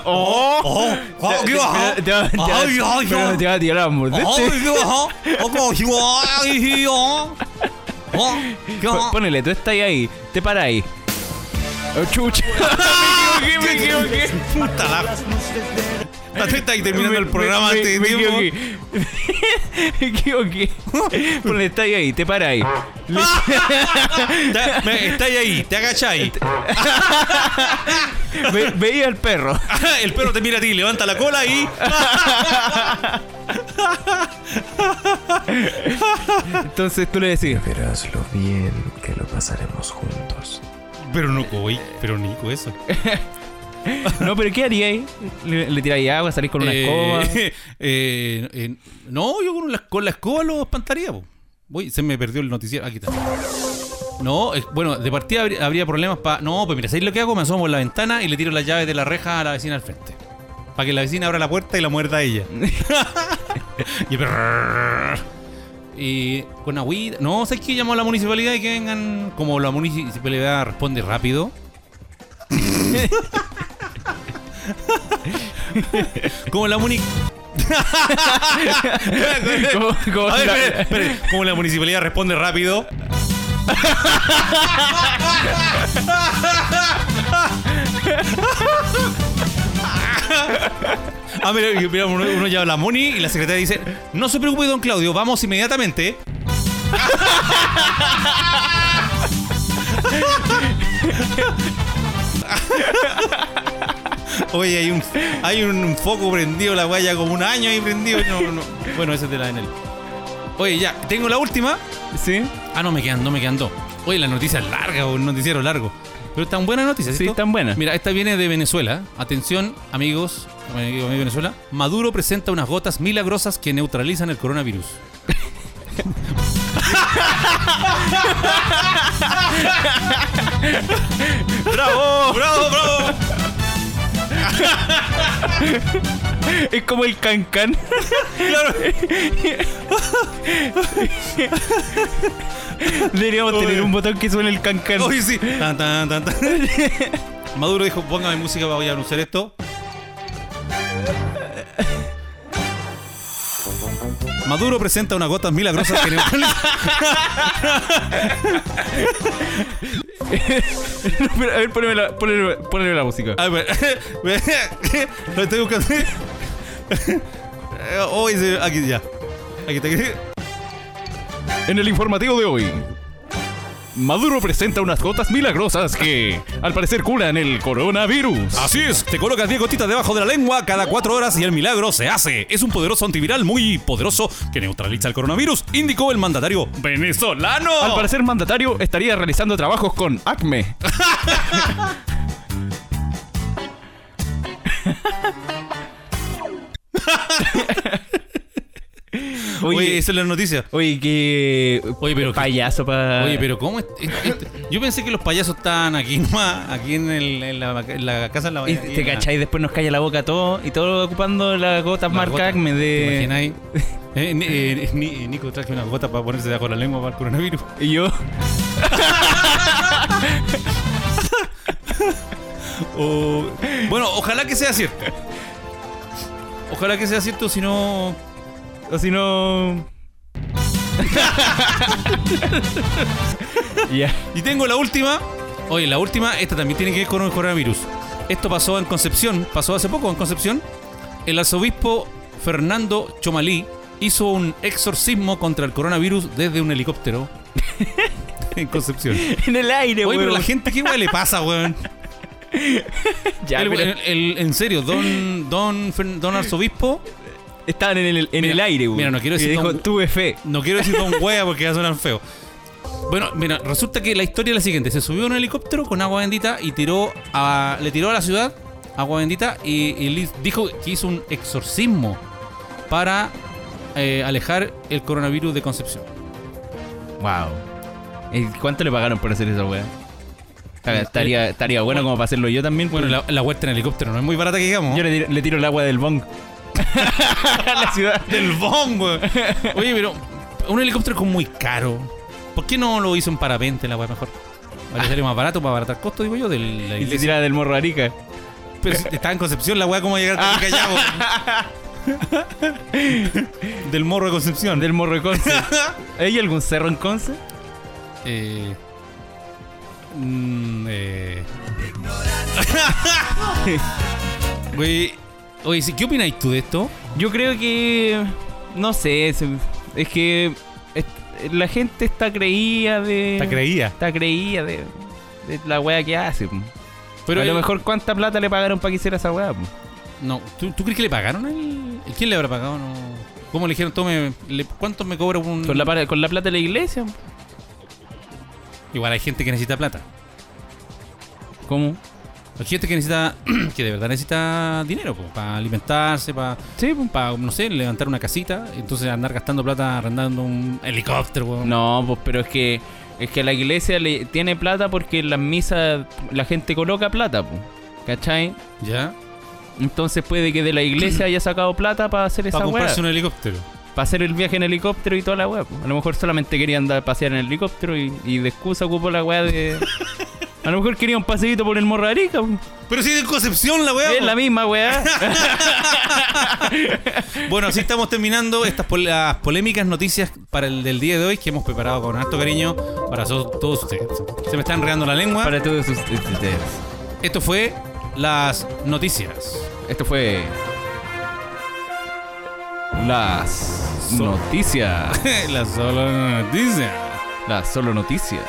¡Oh!
oh, oh, qué bajo.
Te va- te va-
Ay, ay,
pero
ay.
te va a tirar a morderte.
¡Ay, qué bajo! ¡Oh, como si- ay, oh! ¡Oh, qué
P-
bajo!
Ponele, tú estás ahí, te paras ahí. Oh, chucha. me equivoqué, me equivoqué.
¡Puta la! La teta y terminando el
Me-
programa
me-
antes de
me
tiempo.
equivoqué. Me equivoqué. Ponele, estás ahí, te paras ahí.
Ya, me- Está ahí, ahí, te agacháis.
Ve- veía al perro.
El perro te mira a ti, levanta la cola y.
Entonces tú le decís,
Verás lo bien que lo pasaremos juntos.
Pero no, güey, pero Nico, eso.
no, pero ¿qué haría ahí? Le, le tiráis agua, salís con una escoba.
Eh, eh, eh, no, yo con la, con la escoba lo espantaría. po. Uy, se me perdió el noticiero. Aquí está. No, eh, bueno, de partida habría, habría problemas para. No, pues mira, ¿sabéis lo que hago? Me asomo por la ventana y le tiro las llaves de la reja a la vecina al frente. Para que la vecina abra la puerta y la muerda a ella. y, brrr. Y con agüita. No, ¿sabes qué? Llamo a la municipalidad y que vengan. Como la municipalidad responde rápido. como la muni.
Como- como
A ver,
la-
espere, espere. Como la municipalidad responde rápido. Ah, mira, mira, uno, uno llama a la Moni y la secretaria dice: No se preocupe, don Claudio, vamos inmediatamente. Oye, hay un, hay un foco prendido, la guaya como un año ahí prendido. No, no. Bueno, ese es de la Enel. Oye, ya, tengo la última.
¿Sí?
Ah, no, me quedan, no me quedan dos. Oye, la noticia es larga, un noticiero largo. Pero tan buena noticia,
Sí, tan buena.
Mira, esta viene de Venezuela. Atención, amigos, eh, amigos de Venezuela. Maduro presenta unas gotas milagrosas que neutralizan el coronavirus.
¡Bravo!
¡Bravo, bravo!
Es como el cancán.
Claro.
Deberíamos tener
Oye.
un botón que suene el cancán.
Oye, sí. Tan, tan, tan, tan. Maduro dijo, póngame música, voy a anunciar esto. Maduro presenta unas gotas milagrosas que neutralizan.
Pero, a ver, poneme la, poneme- poneme la música.
A ver, lo estoy buscando. Hoy se- aquí ya. Aquí está. aquí.
En el informativo de hoy, Maduro presenta unas gotas milagrosas que, al parecer, curan el coronavirus.
Así es, te colocas 10 gotitas debajo de la lengua cada 4 horas y el milagro se hace. Es un poderoso antiviral muy poderoso que neutraliza el coronavirus, indicó el mandatario venezolano.
Al parecer, mandatario estaría realizando trabajos con Acme.
Oye, esa es la noticia.
Oye, qué
Oye, pero-
payaso para.
Oye, pero ¿cómo? es- es- es- Yo pensé que los payasos estaban aquí nomás, aquí en, el- en la, en la casa de la
Y
Bahía, aquí
te
en la-
cachai, después nos calla la boca todo y todo ocupando las gotas
la
marca
gota.
Acme
¿Te
de.
imaginas ahí? Eh, ni- eh, ni- Nico traje una gota para ponerse debajo de la lengua para el coronavirus.
Y yo.
O- bueno, ojalá que sea cierto. Ojalá que sea cierto, si no.
O si no. Ya.
Y tengo la última. Oye, la última, esta también tiene que ver con el coronavirus. Esto pasó en Concepción, pasó hace poco en Concepción. El arzobispo Fernando Chomalí hizo un exorcismo contra el coronavirus desde un helicóptero en Concepción.
En el aire,
Oye, pero
weón.
la gente, ¿qué weón le pasa, weón?
Ya,
El-
pero
el- el- en serio, don, don, Fern- don arzobispo
Estaban en el, en
Mira,
el aire, weón.
mira, no quiero
Y
decir
dijo,
tan-
tuve fe.
No quiero decir don hueá porque ya suenan feo. Bueno, mira, resulta que la historia es la siguiente. Se subió a un helicóptero con agua bendita y tiró a, le tiró a la ciudad agua bendita y, y li- dijo que hizo un exorcismo para eh, alejar el coronavirus de Concepción.
Wow. ¿Cuánto le pagaron por hacer esa weá? Estaría, estaría eh, bueno como para hacerlo yo también.
Bueno, la, la vuelta en helicóptero no es muy barata que digamos.
Yo le tiro, le tiro el agua del bong. a la ciudad.
del bombo. Oye, pero un helicóptero es como muy caro. ¿Por qué no lo hizo en parapente la weá mejor? Vale, sale más barato para abaratar costo, digo yo, de la
Y le
iglesia.
tira del morro a Arica.
Pero si estaba en Concepción, la weá, ¿cómo va a llegar a
Ah.
Callao? Del morro de Concepción.
Del morro de Conce. ¿Hay algún cerro en Conce?
Eh. mm, eh. Güey, Oye, sí, ¿qué opináis tú de esto?
Yo creo que. No sé. Es, es que. es- la gente está creída de.
Te creía.
Está creída de. de la weá que hace. po.
Pero
a lo
el-
mejor, ¿cuánta plata le pagaron para que hiciera esa weá? po?
No, ¿tú, tú crees que le pagaron al- ¿Quién le habrá pagado? No. ¿Cómo le dijeron? Tome, le- ¿Cuánto me cobra un.?
¿Con la, para- con la plata de la iglesia? po.
Igual hay gente que necesita plata.
¿Cómo?
Hay gente que necesita. que de verdad necesita dinero, po, para alimentarse, para.
Sí, po.
para, no sé, levantar una casita, entonces andar gastando plata arrendando un helicóptero, weón.
No, pues, pero es que es que la iglesia le tiene plata porque en las misas la gente coloca plata, pues. ¿Cachai?
¿Ya?
Entonces puede que de la iglesia haya sacado plata para hacer esa
Para
weá.
comprarse un helicóptero.
Para hacer el viaje en helicóptero y toda la weá. pues. A lo mejor solamente quería andar a pasear en helicóptero y, y de excusa ocupó la weá de. A lo mejor quería un paseíto por el Morro de Arica. pues.
Pero si es de Concepción la weá.
Es la misma weá.
Bueno, así estamos terminando estas pol- las polémicas noticias para el del día de hoy que hemos preparado con harto cariño para so- todos ustedes. Se me está enredando la lengua.
Para todos sus- ustedes.
Esto fue las noticias.
Esto fue. Las
So-
noticias.
las solo noticias.
Las solo noticias.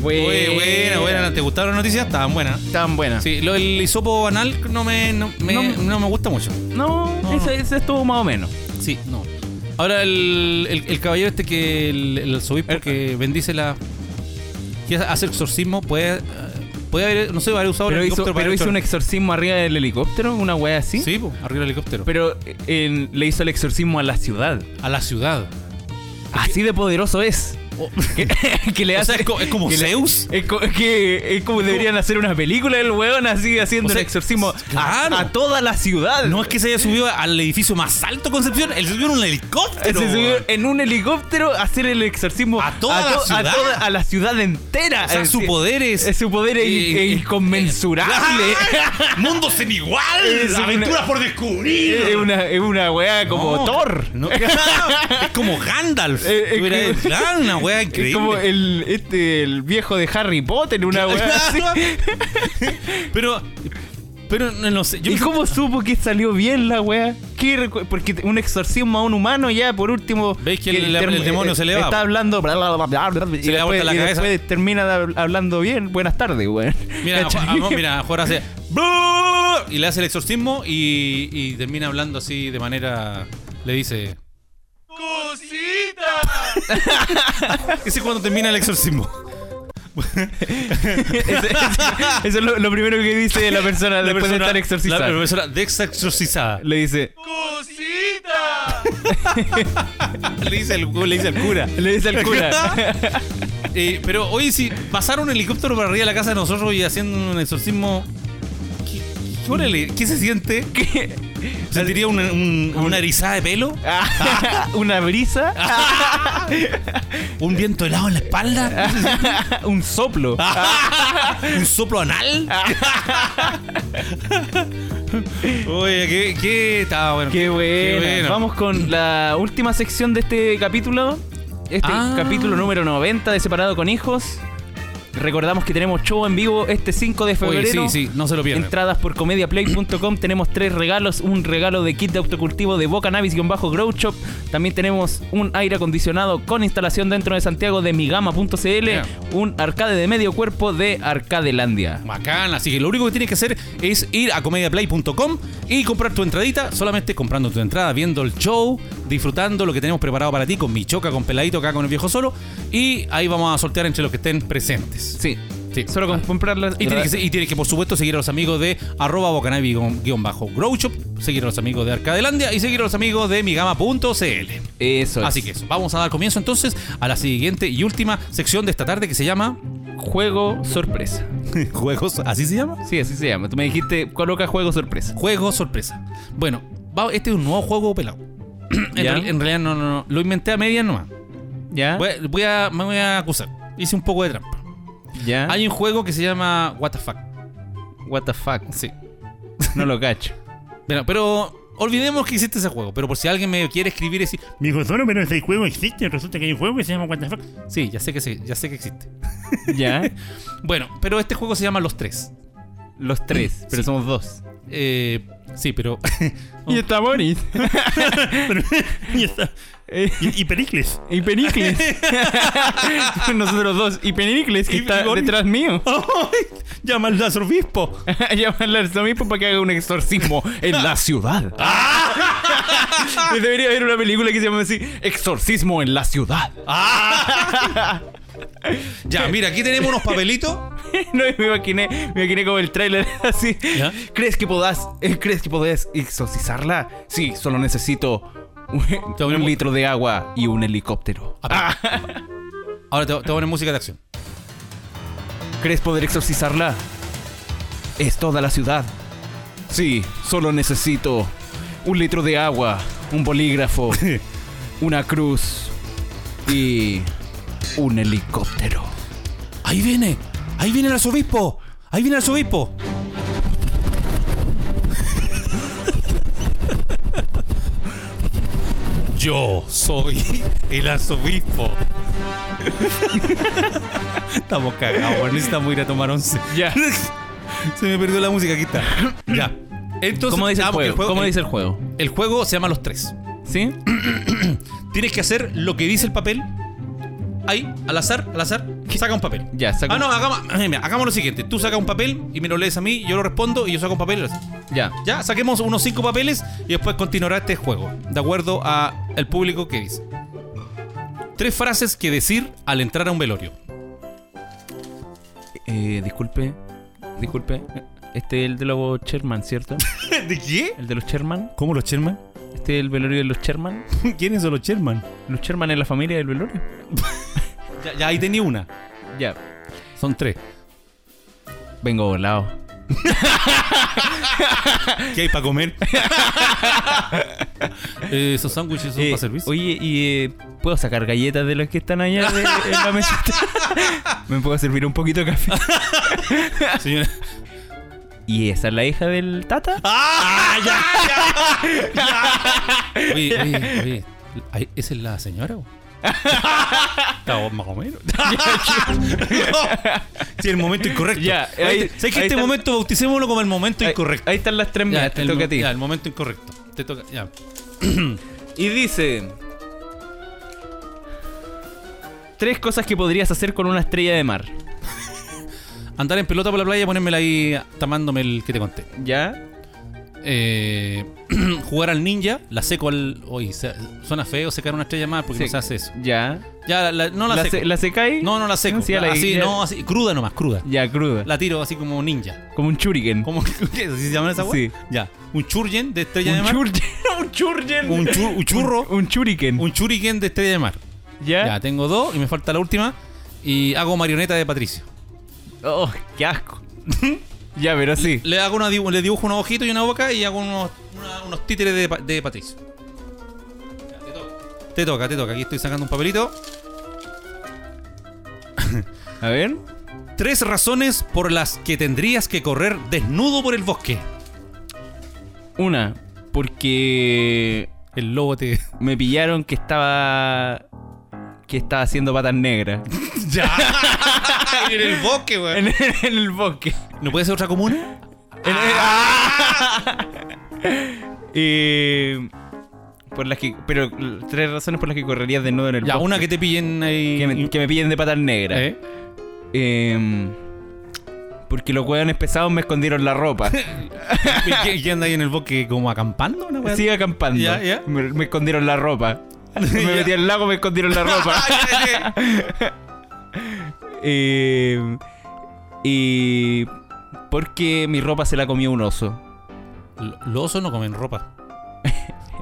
Buena,
Oye, buena, buena. ¿Te gustaron las noticias? Estaban buenas.
Tan buena.
Sí, lo, el hisopo anal no me, no, me-
No.
no me gusta mucho.
No,
No,
ese,
no.
ese estuvo más o menos.
Sí, no. Ahora el, el- el caballero este que el, el arzobispo que bendice la que hace exorcismo puede eh, puede haber no sé haber usado
Pero
el
hizo,
helicóptero para
pero hizo un
haber
exorcismo arriba del helicóptero, una wea así.
hecho- sí, po, arriba del helicóptero
Pero eh, en- le hizo el exorcismo a la ciudad.
a la ciudad.
Así de poderoso es. que, que le
Oh. O
hace.
sea, es, co- es como
que le-
Zeus.
es, co- que es como deberían hacer una película del weón así haciendo
O sea,
el exorcismo a-
claro.
a, toda la ciudad.
No es que se haya subido al edificio más alto Concepción, él se subió en un helicóptero.
Se subió
weón.
en un helicóptero a hacer el exorcismo
A toda la ciudad.
a, toda- a la ciudad entera.
O sea,
Es
su
decir,
poder es-
es su poder es in-
Eh,
es inconmensurable.
¡Ah! ¡Mundos sin igual!
Es una-
¡Aventuras por descubrir!
es una, es una weá como
No,
Thor.
no, es como Gandalf.
Eh, eh,
Tuviera-
que-
claro, una wea
Es
increíble.
como el, este, el viejo de Harry Potter, una weá así.
pero, pero no, no sé. Yo
¿Y
me-
cómo supo que salió bien la weá? ¿Qué recu- Porque un exorcismo a un humano ya, por último...
¿Veis que el- el
term-
demonio
eh,
se le va?
Está hablando... bla, bla, bla, bla, bla, y
Se le da
después,
vuelta la
y
cabeza.
después termina de hab- hablando bien. Buenas tardes, weón.
Mira,
¿Cachai?
a- a- mira, a Jorge hace. Y le hace el exorcismo y, y termina hablando así de manera. Le dice. ¡Cosita! Ese es cuando termina el exorcismo.
Eso- eso- Eso es lo, lo primero que dice la persona
La
después
persona-
de estar exorcizada.
La persona de exorcizada.
Le dice...
Le dice el, le dice el cura.
Le dice al cura.
Eh, pero hoy si pasar un helicóptero para arriba de la casa de nosotros y haciendo un exorcismo. ¿Qué, qué- órale, ¿qué se siente? ¿Sentiría un- un- una erizada de pelo?
Una brisa.
¿Un viento helado en la espalda?
Un soplo.
¿Un soplo anal? Oye, qué, qué está bueno.
Qué buena.
bueno.
Vamos con la última sección de este capítulo. Este
Ah.
capítulo número 90 de Separado con Hijos. Recordamos que tenemos show en vivo este 5 de
Oye,
febrero.
sí, sí, no se lo pierdan.
Entradas por comediaplay.com. tenemos tres regalos: un regalo de kit de autocultivo de Boca Navis-Grow Shop. También tenemos un aire acondicionado con instalación dentro de Santiago de migama.cl.
Yeah.
Un arcade de medio cuerpo de Arcadelandia.
Bacán, así que lo único que tienes que hacer es ir a comediaplay.com y comprar tu entradita, solamente comprando tu entrada, viendo el show, disfrutando lo que tenemos preparado para ti con mi choca, con peladito acá con el viejo solo y ahí vamos a sortear entre los que estén presentes.
Sí,
Sí. Ah.
solo con comprarlas.
Y tienes, que, y tienes que, por supuesto, seguir a los amigos de arroba bocanavi guión bajo growshop, seguir a los amigos de Arcadelandia y seguir a los amigos de migama.cl.
Eso es.
Así que eso, vamos a dar comienzo entonces a la siguiente y última sección de esta tarde que se llama...
Juego sorpresa.
¿Juegos? ¿Así se llama?
Sí, así se llama. Tú me dijiste, coloca juego sorpresa.
Juego sorpresa. Bueno, va- este es un nuevo juego pelado. en,
Ya. ¿Ah?
real- en realidad no, no, no. Lo inventé a medias nomás.
¿Ya?
Voy a- voy a- me voy a acusar. Hice un poco de trampa.
¿Ya?
Hay un juego que se llama What the Fuck.
What the fuck.
Sí.
No lo cacho.
Bueno, pero olvidemos que existe ese juego. Pero por si alguien me quiere escribir y decir,
Me dijo, solo, pero ese juego existe. Resulta que hay un juego que se llama What the Fuck.
sí, ya sé que sí, ya sé que existe.
¿Ya?
Bueno, pero este juego se llama Los Tres.
Los tres, pero somos dos.
Eh, sí, pero
Y está Boris.
Pero- y, está- y- y Pericles.
Eh, y Pericles. Nosotros dos. Y Oh. Pericles, que
Y-
está
y Boris.
detrás mío.
llama al arzobispo.
Llamarle al arzobispo para que haga un exorcismo en la ciudad. Debería haber una película que se llama así: Exorcismo en la ciudad.
Ya, mira, aquí tenemos unos papelitos.
No, y me imaginé, me imaginé como el tráiler así.
¿Ya?
¿Crees que podás, eh, crees que podés exorcizarla? Sí, solo necesito un, un litro de agua y un helicóptero.
Ahora te, te voy a poner música de acción.
¿Crees poder exorcizarla? Es toda la ciudad. Sí, solo necesito un litro de agua, un bolígrafo, una cruz y un helicóptero.
Ahí viene, ahí viene el arzobispo, ahí viene el arzobispo. Yo soy el arzobispo. Estamos cagados, weón, necesitamos ir a tomar once.
Ya.
Se me perdió la música, aquí está. Ya. Entonces,
¿Cómo dice el
ah, porque
juego? ¿Cómo
el-
dice el juego?
el juego se llama Los Tres.
¿Sí?
Tienes que hacer lo que dice el papel. Ahí, al azar, al azar, saca un papel.
Ya, saca
Ah,
un-
no, hagamos, mira, hagamos lo siguiente. Tú sacas un papel y me lo lees a mí, yo lo respondo y yo saco un papel.
Ya.
Ya, saquemos unos cinco papeles y después continuará este juego, de acuerdo a el público que dice. Tres frases que decir al entrar a un velorio.
Eh, disculpe, disculpe. Este es el de los Sherman, ¿cierto?
¿De qué?
El de los Sherman.
¿Cómo los Sherman?
Este es el velorio de los Sherman.
¿Quiénes son los Sherman?
Los Sherman es la familia del velorio.
Ya, ya ahí tenía una.
Ya.
Son tres.
Vengo volado.
¿Qué hay para comer? Eh, esos sándwiches son
Eh,
para servicio.
Oye, ¿y eh, puedo sacar galletas de los que están allá de- en la mesita? ¿Me puedo servir un poquito de café?
Señora.
¿Y esa es la hija del tata?
¡Ah! ¡Ya! ¡Ya! ya! Oye, oye, oye. Ay, ¿Esa es la señora? bo? Está bo- más o menos. sí, el momento incorrecto.
Ya,
Oye,
ahí-
¿Sabes que
ahí
este
está-
momento bauticémoslo como el momento
Ahí-
incorrecto?
Ahí, están las tres
Ya,
mías, te
el
toca
mo-
a ti.
ya, el momento incorrecto. Te toca. Ya.
Y dice... Tres cosas que podrías hacer con una estrella de mar.
Andar en pelota por la playa, ponérmela ahí tamándome el que te conté.
¿Ya?
Eh, jugar al ninja, la seco al. Oye, se- suena feo secar una estrella más porque
Sí.
no se hace eso.
¿Ya?
Ya, la- la- no la,
¿La,
seco.
se, la secáis?
No, no la seco.
Sí, a la-
así,
ya-
no, así, cruda nomás, cruda.
Ya, cruda.
La tiro así como ninja.
Como un churiken.
¿Cómo ¿qué? ¿Así se llama esa weá?
Sí.
Ya. Un churgen de estrella de
Un
mar.
churgen. un churgen.
Un chu- un churro.
Un, churiken.
Un churigen de estrella de mar. Ya,
¿Ya?
tengo dos y me falta la última. Y hago marioneta de Patricio.
Oh, qué asco. ya, pero sí.
Le hago una, dibu- le dibujo unos ojitos y una boca y hago unos, una- unos títeres de, pa- de Patricio. Ya, te toca. Te toca, te toca. Aquí estoy sacando un papelito.
A ver.
Tres razones por las que tendrías que correr desnudo por el bosque.
Una, porque
El lobo te.
me pillaron que estaba. que estaba haciendo patas negras.
¡Ya! en el bosque, weón.
en, en el bosque.
¿No puede ser otra comuna?
En-
Ah.
Eh, por las que. Pero l- tres razones por las que correrías desnudo en el
Ya,
bosque.
una que te pillen ahí.
Que me, que me pillen de patas negras.
¿Eh?
Em, porque los hueones pesados me escondieron la ropa.
¿Y qué- y qué anda ahí en el bosque como acampando? Una weá?
Sigue acampando.
Ya, ya.
Me, me escondieron la ropa. Me
Ya.
metí al lago, me escondieron la ropa. Eh, y porque mi ropa se la comió un oso.
Lo- Los osos no comen ropa.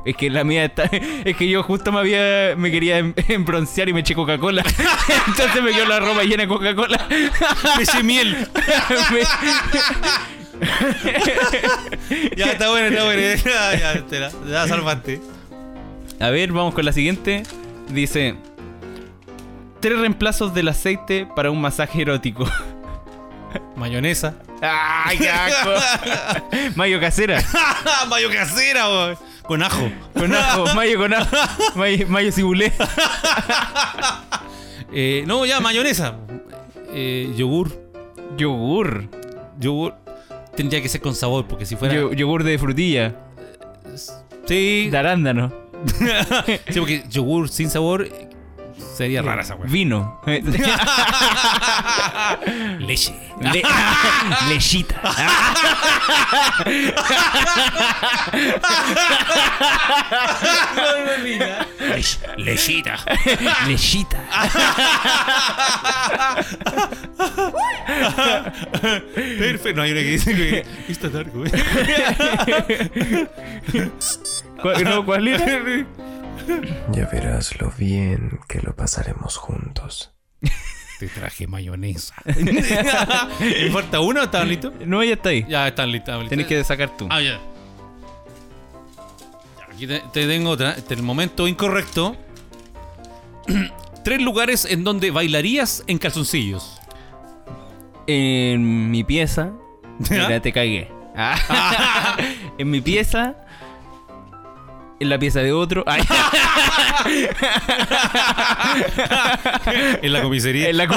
Es que la mía está. Es que yo justo me había. Me quería em- embroncear y me eché Coca-Cola. Entonces me quedó la ropa llena de Coca-Cola.
Ese miel. Ya, está bueno, está bueno. Ya, ya, te la, ya salvaste.
Me- A ver, vamos con la siguiente. Dice: Tres reemplazos del aceite para un masaje erótico.
Mayonesa.
¡Ay, qué asco! Mayo casera.
Mayo casera, weón. Con ajo.
Con ajo, mayo con ajo. Mayo, mayo cibulé.
Eh, no, ya, mayonesa. Eh, yogur.
Yogur.
Yogur. Tendría que ser con sabor, porque si fuera.
Yo- yogur de frutilla.
sí.
De arándano.
Sí, porque yogur sin sabor eh, sería rara esa weá.
Vino.
Leche.
Le-
Ah.
lechita.
lechita.
Lechita.
Perfecto. No hay una que dice que. Está tarde, güey.
¿Cuál, no, ¿cuál era?
Ya verás lo bien que lo pasaremos juntos.
Te traje mayonesa. ¿Me falta uno? ¿Están listos?
No, ya está ahí.
Ya están listos. están
Tenés
listos.
que sacar tú.
Ah, ya. Ya, Aquí te, te tengo otra. Este es el momento incorrecto. Tres lugares en donde bailarías en calzoncillos.
En mi pieza.
¿Ya?
Mira, te cagué. Ah. en mi pieza. En la pieza de otro. Ay,
En la comisaría,
en la co-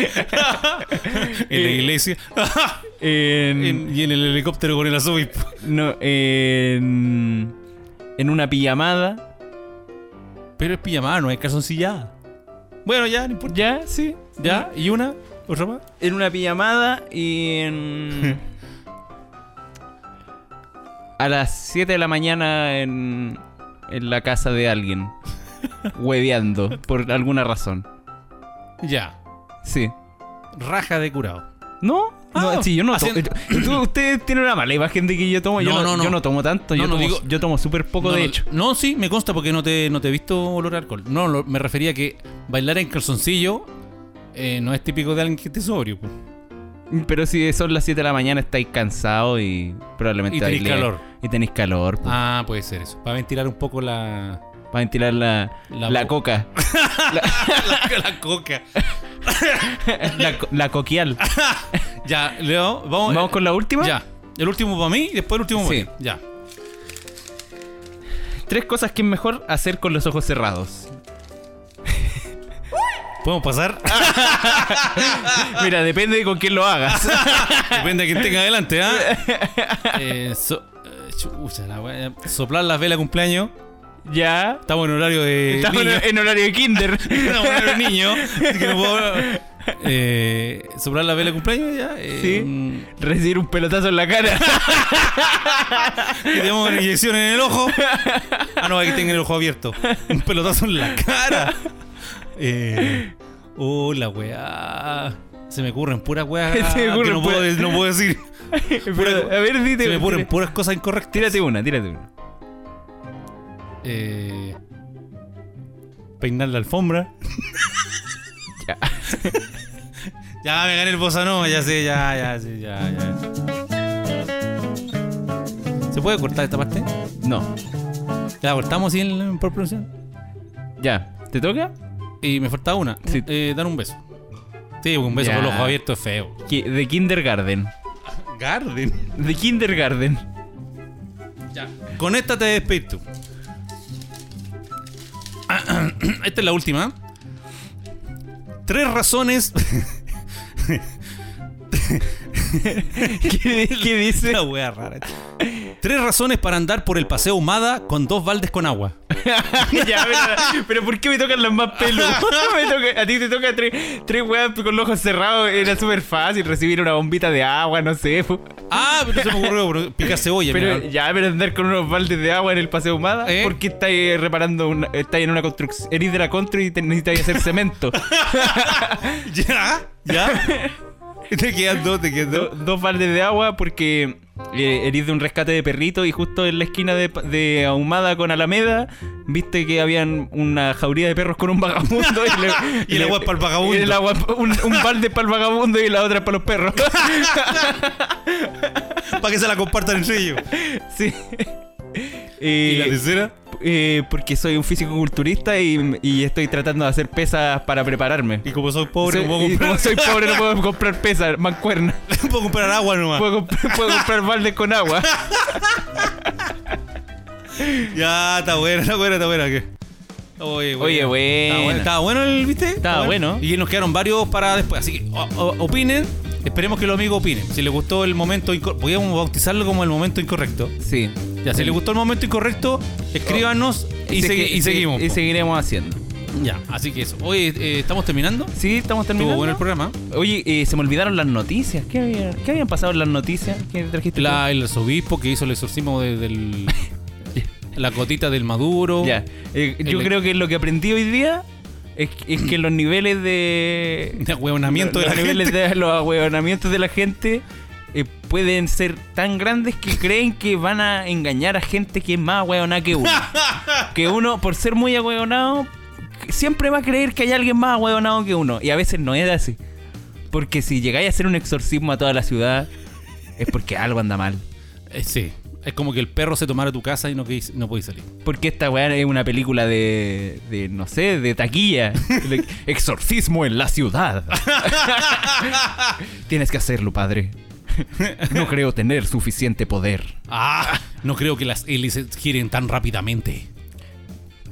en
eh.
la iglesia
en-
en- y en el helicóptero con el azote.
no, en. En una pijamada.
Pero es pijamada, no es calzoncillada. Bueno, ya, no importa.
Ya, sí.
Ya, y una, otra más.
En una pijamada y en. A las 7 de la mañana en. En la casa de alguien. Hueveando. Por alguna razón.
Ya.
Sí.
Raja de curado.
No,
Ah,
no, sí, yo no tomo.
haciendo-
Tú- Ustedes tienen una mala imagen de que yo tomo. Yo
No,
no,
no, no.
yo no tomo tanto.
No,
yo,
no,
tomo,
digo-
yo tomo súper poco,
no,
de
no,
hecho.
No, sí, me consta porque no te, no te he visto olor a alcohol. No, lo- me refería a que bailar en calzoncillo eh, no es típico de alguien que esté sobrio. po.
Pero si son las 7 de la mañana, estáis cansados y probablemente
Y tenéis
bailéis.
calor.
Y tenéis calor. po.
Ah, puede ser eso. Para ventilar un poco la,
Para ventilar la,
Ah. La
la,
bo-
coca.
la coca.
la, co- la coquial.
Ya, Leo, vamos,
Vamos con la última.
Ah, Ya. El último para mí y después el último para
Sí.
ti. Ya.
Tres cosas que es mejor hacer con los ojos cerrados.
Podemos pasar.
Mira, depende de con quién lo hagas.
Depende de quién tenga adelante, ¿ah? Eh, so- eh, chucha, la wea. Soplar las velas de cumpleaños.
ya.
Estamos en horario de.
Estamos en-
Eh, niño.
en horario de kinder.
Estamos en horario de niño. así que no puedo- Eh, soplar las velas de cumpleaños ya. eh,
Sí.
mm,
Recibir un pelotazo en la cara.
Que tenemos una inyección en el ojo. Ah, no, hay que tener el ojo abierto. Un pelotazo en la cara. Eh, oh, la weá. Se me ocurren puras weas.
Se me
que
ocurren
no, puedo,
puras-
de- no puedo decir.
Pero, a ver, dite.
Se me ocurren
tira-
puras cosas incorrectas.
Tírate una, tírate una.
Eh, peinar la alfombra.
Ya.
ya me gané el bossa nova, ya sé, ya, ya, sí, ya, ya. ¿Se puede cortar esta parte?
No.
La cortamos así en, en- por producción.
Ya. ¿Te toca?
Y me faltaba una.
Sí.
Eh, dar un beso. Sí, un beso
Ya.
con los ojos abiertos es feo.
Ki- De kindergarten.
Garden.
De kindergarten.
Con esta te despido. tú. Esta es la última. Tres razones.
¿Qué, qué dice?
Una wea rara. Tres razones para andar por el paseo Humada con dos baldes con agua.
ya, pero, pero ¿por qué me tocan las más pelos? Me toca- a ti te toca tres, tres weas con los ojos cerrados. Era súper fácil recibir una bombita de agua, no sé. po.
Ah, pero se me ocurrió bro, picar cebolla.
Pero
mira.
ya, pero andar con unos baldes de agua en el paseo humada.
¿Eh?
¿Por qué estáis reparando una, estáis en una construcción? Eres de la contra y te- necesitáis hacer cemento.
¿Ya? ¿Ya? Te quedan dos, te quedan
Do-
dos.
dos baldes de agua porque eh, herís de un rescate de perrito y justo en la esquina de, pa- de Ahumada con Alameda viste que habían una jauría de perros con un vagabundo y, le-
Y el agua es pa'l vagabundo.
y el agua- un, un balde para el vagabundo y la otra para los perros.
Para que se la compartan entre ellos.
sí.
¿Y la
Eh,
tercera?
eh, porque soy un físico culturista y, y estoy tratando de hacer pesas para prepararme.
Y como soy pobre,
Soy-
no puedo
y como
comprar,
soy pobre no puedo comprar pesas, mancuernas.
puedo comprar agua nomás.
Puedo, comp- puedo comprar baldes con agua.
Ya, está buena, está buena, está buena. ¿qué? Oye,
Oye,
Está bueno,
bueno.
está bueno el, ¿viste?
Estaba bueno.
Y nos quedaron varios para después. Así que o- o- opinen. Esperemos que los amigos opinen. Si les gustó el momento incorrecto, podríamos bautizarlo como el momento incorrecto.
Sí.
Ya, si les gustó el momento incorrecto, escríbanos y,
Se-
segui- y
se-
seguimos.
Y seguiremos haciendo.
ya, así que eso. Oye, eh, ¿estamos terminando?
Sí, estamos
Estuvo
terminando.
bueno el programa.
Oye, eh, se me olvidaron las noticias. ¿Qué, había- qué habían pasado en las noticias? ¿Qué trajiste?
La, el arzobispo que hizo el exorcismo de- del. la gotita del Maduro.
tú? Ya. Eh, yo
el-
creo que lo que aprendí hoy día es, es que los niveles de.
De ahueonamiento de
los
la
niveles
gente.
de los ahueonamientos de la gente eh, pueden ser tan grandes que creen que van a engañar a gente que es más ahueonada que uno. que uno, por ser muy ahueonado, siempre va a creer que hay alguien más ahueonado que uno. Y a veces no es así. Porque si llegáis a hacer un exorcismo a toda la ciudad, es porque algo anda mal.
Eh, sí. Es como que el perro se tomara tu casa y no, quis- no podéis salir.
Porque esta weá es una película de, de no sé, de taquilla. De exorcismo en la ciudad. Tienes que hacerlo, padre. No creo tener suficiente poder.
Ah, no creo que las hélices giren tan rápidamente.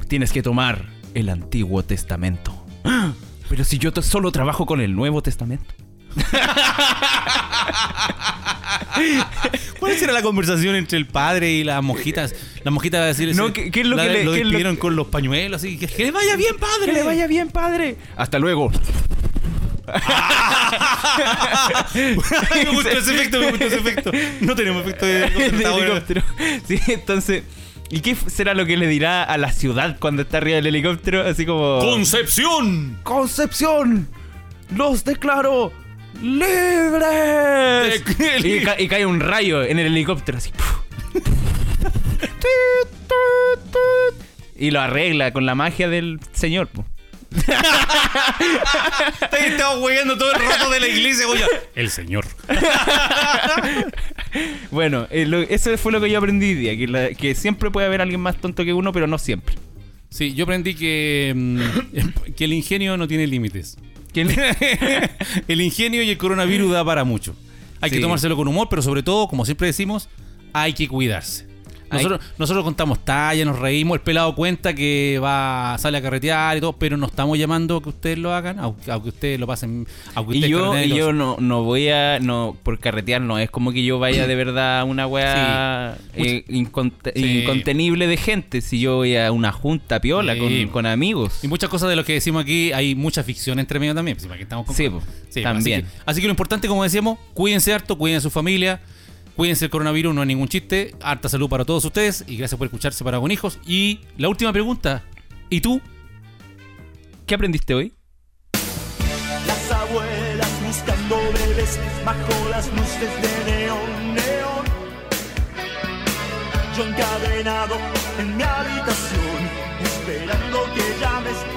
Tienes que tomar el Antiguo Testamento. ¡Ah! Pero si yo te- solo trabajo con el Nuevo Testamento.
¿Cuál será la conversación entre el padre y las mojitas? Las mojitas va a decir
No,
ese-
¿qué- qué es lo
la-
que le-
lo
qué es lo-
despidieron con los pañuelos así que, que le vaya bien, padre.
Que le vaya bien, padre. Hasta luego.
me gustó ese efecto, me gustó ese efecto. No tenemos efecto de
De
está bueno.
helicóptero. Sí, entonces. ¿Y qué f- será lo que le dirá a la ciudad cuando está arriba del helicóptero? Así como.
Concepción.
¡Concepción! ¡Los declaro ¡Libres! y, ca- y cae un rayo en el helicóptero así. Tut, tut, tut. y lo arregla con la magia del señor. po.
Estaba hueveando todo el rato de la iglesia, güey. El señor.
Bueno, eh, lo- eso fue lo que yo aprendí hoy día, que, la- que siempre puede haber alguien más tonto que uno, pero no siempre.
Sí, yo aprendí que, mm, que el ingenio no tiene límites.
¿Quién-
el ingenio y el coronavirus da para mucho. Hay que
Sí.
tomárselo con humor, pero sobre todo, como siempre decimos, hay que cuidarse. Nosotros, nosotros contamos talla, nos reímos, el pelado cuenta que va sale a carretear y todo, pero no estamos llamando a que ustedes lo hagan, aunque, aunque ustedes lo pasen. Aunque
Y
ustedes
yo,
carreteen
y yo
todo.
no, no voy a. no Por carretear, no. Es como que yo vaya de verdad a una wea eh, inconte-
Sí.
incontenible de gente. Si yo voy a una junta piola
Sí.
con, con amigos.
Y muchas cosas de lo que decimos aquí, hay mucha ficción entre medio también. Pues, imagínate, estamos con-
Sí, po,
Sí,
también.
Así que, así que lo importante, como decíamos, cuídense harto, cuiden a su familia, cuídense el coronavirus, no hay ningún chiste. Harta salud para todos ustedes y gracias por escucharse para con hijos. Y la última pregunta, ¿y tú?
¿Qué aprendiste hoy?
Las abuelas buscando bebés bajo las luces de neón, neón. Yo encadenado en mi habitación, esperando que llames Oh,